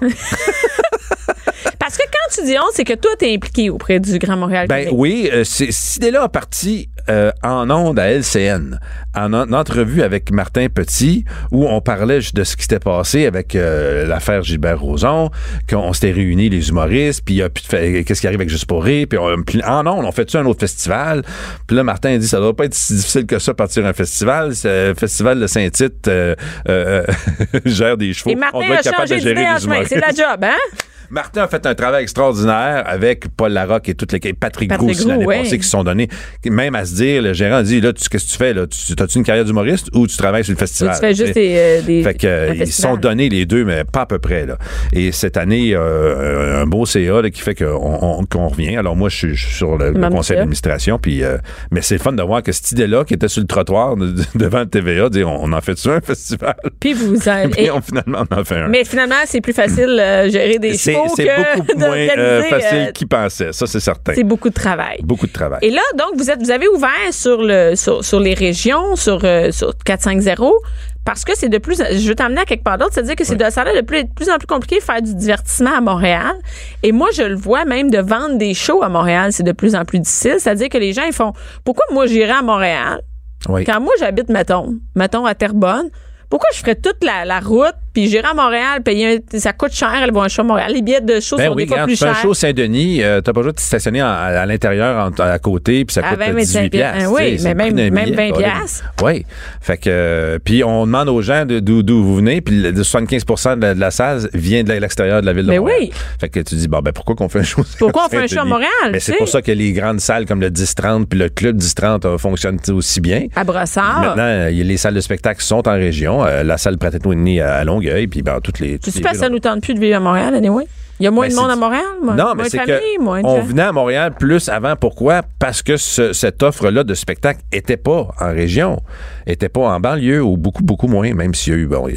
Parce que quand tu dis on, c'est que toi, t'es impliqué auprès du Grand Montréal. ben Québec. oui, euh, c'est- cette idée-là a parti euh, en ondes à LCN, en en entrevue avec Martin Petit, où on parlait ju- de ce qui s'était passé avec euh, l'affaire Gilbert Rozon, qu'on s'était réunis les humoristes, puis il y a plus de fa- euh, qu'est-ce qui arrive avec Juste pour rire, puis on- puis en ondes, on fait tu un autre festival? Puis là, Martin a dit, ça doit pas être si difficile que ça partir un festival. C'est le festival de Saint-Tite euh, euh, gère des chevaux. Et Martin on doit a être capable de changé gérer d'idée en les chemin. humoristes. C'est de la job, hein? Martin a fait un travail extraordinaire avec Paul Larocque et toute l'équipe, Patrick Groux Patrick aussi Groux, l'année ouais. passée, qui se sont donnés, même à se dire, le gérant a dit, là, tu- qu'est-ce que tu fais, là? Tu, as-tu une carrière d'humoriste ou tu travailles sur le festival? Ou tu fais juste des, euh, des- Fait que, un euh, ils se festival. sont donnés les deux, mais pas à peu près, là. Et cette année, euh, un beau CA, là, qui fait qu'on on- qu'on revient. Alors, moi, je suis je suis sur le, le Même conseil ça. d'administration, puis, euh, mais c'est le fun de voir que cette idée-là, qui était sur le trottoir de- de- devant le TVA, dire, on, on en fait ça un festival? Puis vous en- Puis, et- on- finalement, on en fait un. Mais finalement, c'est plus facile euh, gérer des C'est chevaux c'est que beaucoup moins d'organiser. euh, euh, facile qu'il pensait. Ça, c'est certain. c'est beaucoup de travail. Beaucoup de travail. Et là, donc, vous êtes, vous avez ouvert sur le, sur, sur les régions, sur, euh, sur 450, parce que c'est de plus, je veux t'emmener à quelque part d'autre, c'est-à-dire que c'est de, ça a l'air de plus, de plus en plus compliqué de faire du divertissement à Montréal. Et moi, je le vois même de vendre des shows à Montréal, c'est de plus en plus difficile. C'est-à-dire que les gens, ils font, pourquoi moi j'irais à Montréal? Oui. Quand moi j'habite, mettons, mettons à Terrebonne, pourquoi je ferais toute la, la route puis j'irais à Montréal, payer un- ça coûte cher, aller voir un show à Montréal. Les billets de show Ben sont oui, des fois quand plus tu fais un chers. show Saint-Denis, euh, t'as pas besoin de te stationner en- à, à l'intérieur, en- à côté, puis ça À coûte 20, 18 25 piastres. hein, oui, tu sais, mais c'est le même- prix d'un même billet, 20 pas là. piastres. Oui. Fait que, euh, puis on demande aux gens de- d'où d'où vous venez, puis le- de 75 de la, de la salle vient de l'extérieur de la ville de Ben Montréal. oui. Fait que tu dis, bon, ben pourquoi qu'on fait un show Pourquoi on fait un Saint-Denis? show à Montréal, Mais tu c'est sais? pour ça que les grandes salles comme le 10-30 puis le club 10-30 euh, fonctionnent aussi bien. À Brossard. Maintenant, euh, y- les salles de spectacle sont en région. Euh, la salle Pratt-Whitney à à Longueuil, puis ben, toutes les. Je toutes sais les pas villes si ça ont- nous tente plus de vivre à Montréal, anyway. Il y a moins Ben, de c'est monde à du- Montréal, moi. Non, moins mais de c'est famille, que moins de on gens. venait à Montréal plus avant. Pourquoi? Parce que ce- cette offre-là de spectacle était pas en région, était pas en banlieue ou beaucoup, beaucoup moins, même s'il y a eu bon,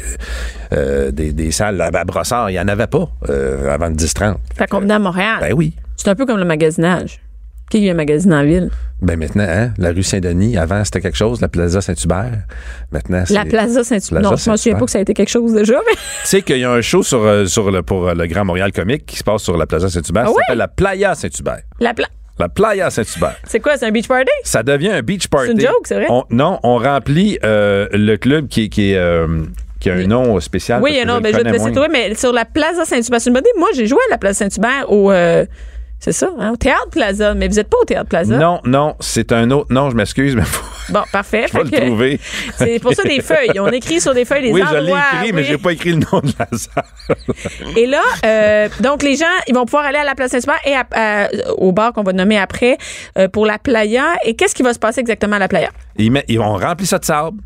euh, des, des salles à à Brossard, il n'y en avait pas euh, avant le 10-30. Fait qu'on venait à Montréal. Ben oui. C'est un peu comme le magasinage. Qui vient magasiner en ville? Ben maintenant, hein, la rue Saint-Denis, avant c'était quelque chose, la Plaza Saint-Hubert. Maintenant, c'est. La Plaza Saint-Hubert. Non, je me souviens pas que ça a été quelque chose déjà, mais Tu sais qu'il y a un show sur, euh, sur le, pour euh, le Grand Montréal Comique qui se passe sur la Plaza Saint-Hubert. Ah ça ouais? s'appelle la Playa Saint-Hubert. la pla- La Playa Saint-Hubert. C'est quoi? C'est un beach party? Ça devient un beach party. C'est une joke, c'est vrai? On- non, on remplit euh, le club qui, qui, est, euh, qui a un nom spécial. Oui, Ah, parce que non, ben, je vais le te laisser connais trouver, mais sur la Plaza Saint-Hubert, c'est une bonne idée. Moi, j'ai joué à la Plaza Saint-Hubert au. euh, c'est ça, hein, au Théâtre Plaza. Mais vous n'êtes pas au Théâtre Plaza. moins. Non, non, c'est un autre. Non, je m'excuse, mais faut, Bon, parfait. je Fait vais le que- trouver. C'est pour ça des feuilles. On écrit sur des feuilles les oui, je endroits. l'ai écrit, mais oui. j'ai pas écrit le nom de la salle. Et là, euh, donc les gens, ils vont pouvoir aller à la place Saint-Hubert et à- à- au bar qu'on va nommer après euh, pour la playa. Et qu'est-ce qui va se passer exactement à la playa? Ils met- ils- on remplit ça de sable.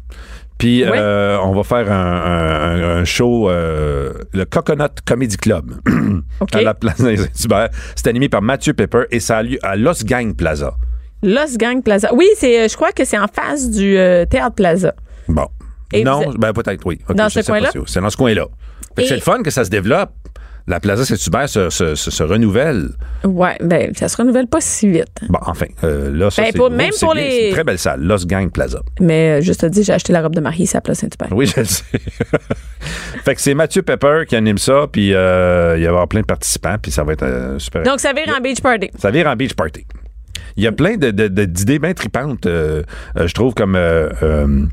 Puis Ouais. euh, on va faire un, un- un- un show, euh, le Coconut Comedy Club, OK. à la Plaza Saint-Hubert. C'est animé par Mathieu Pepper et ça a lieu à Los Gang Plaza. Los Gang Plaza. Oui, c'est, euh, je crois que c'est en face du euh, Théâtre Plaza. Bon. Et non, vous- ben peut-être, oui. Ok, Dans je ce sais pas coin-là? si- C'est dans ce coin-là. Fait que Et- c'est le fun que ça se développe la Plaza Saint-Hubert se, se- se- se renouvelle. Ouais, ben, ça se renouvelle pas si vite. Bon, enfin, euh, là, ça, Ben, c'est pour- gros, même c'est pour bien, les- c'est une très belle salle, Los Gang Plaza. Mais euh, je te dis, j'ai acheté la robe de mariée, ça place Saint-Hubert. Oui, je le sais. fait que c'est Mathieu Pepper qui anime ça, puis euh, il va y avoir plein de participants, puis ça va être euh, super. Donc, ça vire en beach party. Ça vire en beach party. Il y a plein de- de- de- d'idées bien tripantes, euh, euh, je trouve, comme. euh, euh,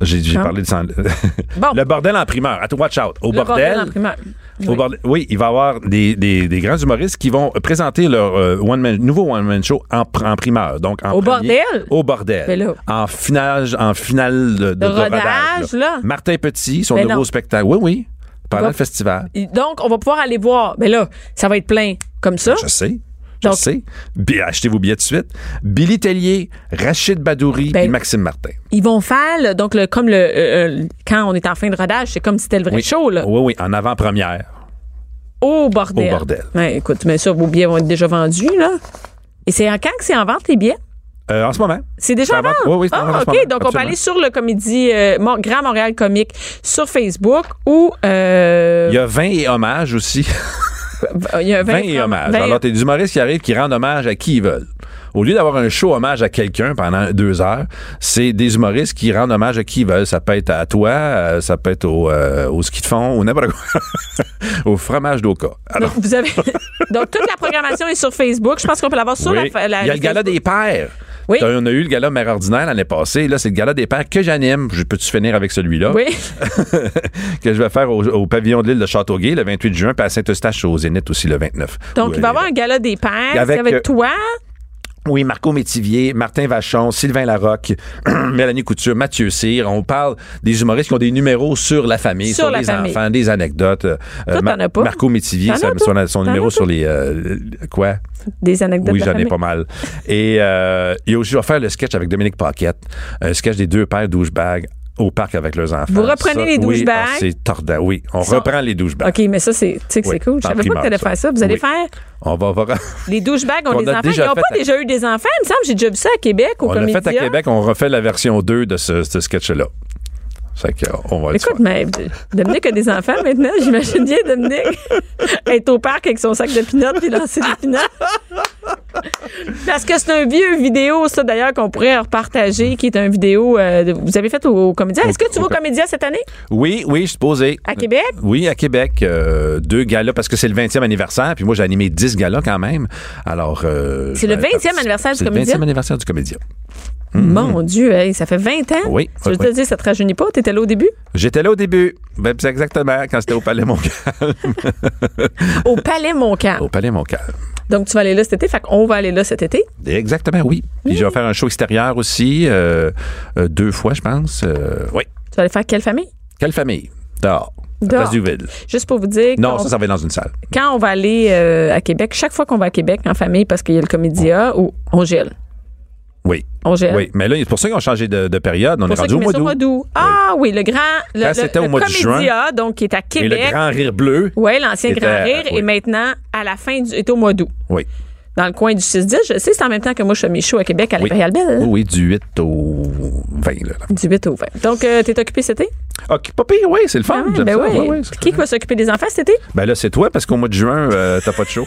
j'ai j'ai Hein? parlé de. sang- Bon. Le bordel en primeur. Attends, watch out. Au Le en bordel. primeur. au Oui. bordel- oui, il va y avoir des, des- des grands humoristes qui vont présenter leur euh, one man- nouveau one-man show en, pr- en primeur. Donc en Au premier. bordel? Au bordel. Ben là. En, finage, en finale de, de- de rodage. rodage, là. Martin Petit, son Ben nouveau non. spectacle. Oui, oui. Pendant Va- le festival. Et Donc, on va pouvoir aller voir. Mais là, ça va être plein comme ça. Je sais. Je Donc- sais. Bi- achetez vos billets de suite. Billy Tellier, Rachid Badouri et Ben- Maxime Martin. Ils vont faire, là, donc, le, comme le, euh, euh, quand on est en fin de rodage, c'est comme si c'était le vrai Oui. show, là. Oui, oui, en avant-première. Au bordel. Au bordel. Ouais, écoute, mais ça, vos billets vont être déjà vendus, là. Et c'est en quand que c'est en vente, les billets? Euh, en ce moment. C'est déjà C'est en en vente. vente? Oui, oui, c'est en Ah, vente en ce OK. moment, Donc, on peut absolument. aller sur le Comédie euh, Mon- Grand Montréal Comique sur Facebook ou... euh, Il y a 20 et hommages aussi. il y a 20 et hommages. Alors, t'es des humoristes qui arrivent, qui rendent hommage à qui ils veulent. Au lieu d'avoir un show hommage à quelqu'un pendant deux heures, c'est des humoristes qui rendent hommage à qui ils veulent. Ça peut être à toi, euh, ça peut être au, euh, au ski de fond, au n'importe quoi. au fromage d'Oka. Alors, Donc, vous avez... Donc, toute la programmation est sur Facebook. Je pense qu'on peut l'avoir sur oui. la, la- Il y a le gala Facebook. des pères. Oui. T'as- On a eu le gala mère ordinaire l'année passée. Là, c'est le gala des pères que j'anime. Je peux-tu finir avec celui-là? Oui. que je vais faire au, au pavillon de l'île de Châteauguay le 28 juin, puis à Saint-Eustache au Zénith aussi le 29. Donc, Où, il va y euh, avoir un gala des pères. Avec, Avec, euh, avec toi. Oui, Marco Métivier, Martin Vachon, Sylvain Larocque, Mélanie Couture, Mathieu Cyr. On parle des humoristes qui ont des numéros sur la famille, sur, Sur la les famille. enfants, des anecdotes. Euh, Toi, Ma- t'en as pas. Marco Métivier, T'en sa- as pas. son, son T'en numéro as sur pas. les... euh, quoi? Des anecdotes Oui, de j'en ai famille. pas mal. Et euh, il y a aussi, je vais faire le sketch avec Dominique Paquette, un sketch des deux paires douchebags au parc avec leurs enfants. Vous reprenez les oui, ah, douchebags? c'est tordant, oui. On Sont- reprend les douchebags. OK, mais ça, c'est tu sais que Oui, c'est cool. Je dans savais pas primaire, que t'allais ça. faire ça. Vous allez Oui. faire... On va voir. Les douchebags ont Qu'on des a enfants. déjà Ils n'ont fait pas à- déjà eu des enfants, il me semble. J'ai déjà vu ça à Québec, au On l'a Comédia. fait à Québec, on refait la version 2 de ce, ce sketch-là. Fait que, euh, on va être Écoute, mais Dominique a des enfants maintenant. J'imagine bien Dominique être au parc avec son sac de pinottes puis lancer des pinottes. Parce que c'est un vieux vidéo, ça d'ailleurs, qu'on pourrait repartager, qui est un vidéo euh, de- vous avez fait au, au Comédia. Est-ce que tu vas au Comédia cette année Oui, oui, je suis posé. à Québec? Oui, à Québec, euh, deux galas, parce que c'est le 20e anniversaire, puis moi j'ai animé 10 galas quand même. Alors. euh, C'est le je vais 20e participer. anniversaire du C'est Comédia? Le 20e anniversaire du Comédia. Mon Dieu, hey, ça fait 20 ans. hmm. Oui, Je veux oui, te dire, ça te rajeunit pas. T'étais là au début? J'étais là au début. Ben, c'est exactement quand c'était au Palais Montcalm. Au Palais Montcalm. au Palais Montcalm. Donc, tu vas aller là cet été. Fait qu'on va aller là cet été. Exactement, oui. Puis je vais faire un show extérieur aussi, euh, euh, deux fois, je pense. Euh, oui. Tu vas aller faire quelle famille? Quelle famille? Dehors. À Dehors. Place du Ville. Juste pour vous dire. Non, qu'on- ça, ça va être dans une salle. quand on va aller euh, à Québec, chaque fois qu'on va à Québec en famille parce qu'il y a le comédia, ou on gèle. Oui. On gèle. Oui, mais là, c'est pour ça qu'ils ont changé de, de période. On Euh. Pour est ceux rendu qui au mettent mois ça au mois d'août. d'août. Ah oui, le grand le, Quand le- c'était au le mois de comédia, donc qui est à Et le Québec. grand rire bleu. Oui, l'ancien était Grand à- Rire oui. et maintenant à la fin du est au mois d'août. Oui. Dans le coin du 6-10, je sais, c'est en même temps que moi je fais mes shows à Québec à Oui. l'Impérial Belle. Oui, oui, du 8 au 20. Là. Du 8 au 20. Donc, euh, t'es occupé cet été? Ok, pas pire, oui, c'est le fun. Ah ouais, Ah, j'aime ben ça. oui. Ouais, ouais, c'est Qui correct. va s'occuper des enfants cet été? Ben là, c'est toi, parce qu'au mois de juin, euh, t'as pas de show.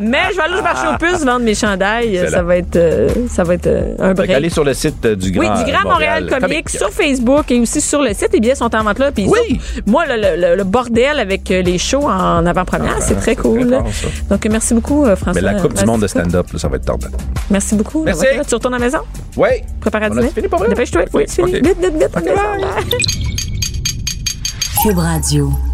Mais je vais aller au marché aux puces vendre mes chandails. Excellent. Ça va être, euh, ça va être euh, un Fait break. qu'allez sur le site euh, du Grand, Oui, du Grand Montréal, Comique sur Facebook et aussi sur le site. Les billets sont en vente là. Puis Oui. ça, moi, le, le- le bordel avec euh, les shows en avant-première, c'est très cool. Ah, ben, très fort, ça. Donc, euh, merci beaucoup, euh, François. Mais la Coupe du monde de Massicotte. stand-up, là, ça va être tordant. Merci beaucoup. Merci. Là, tu retournes à la maison? Oui. Prépare à On a dîner? fini pour vrai? Dépêche-toi. Oui, C'est fini. ok. Vite, vite, vite. Ok, maison. bye. Cube Radio.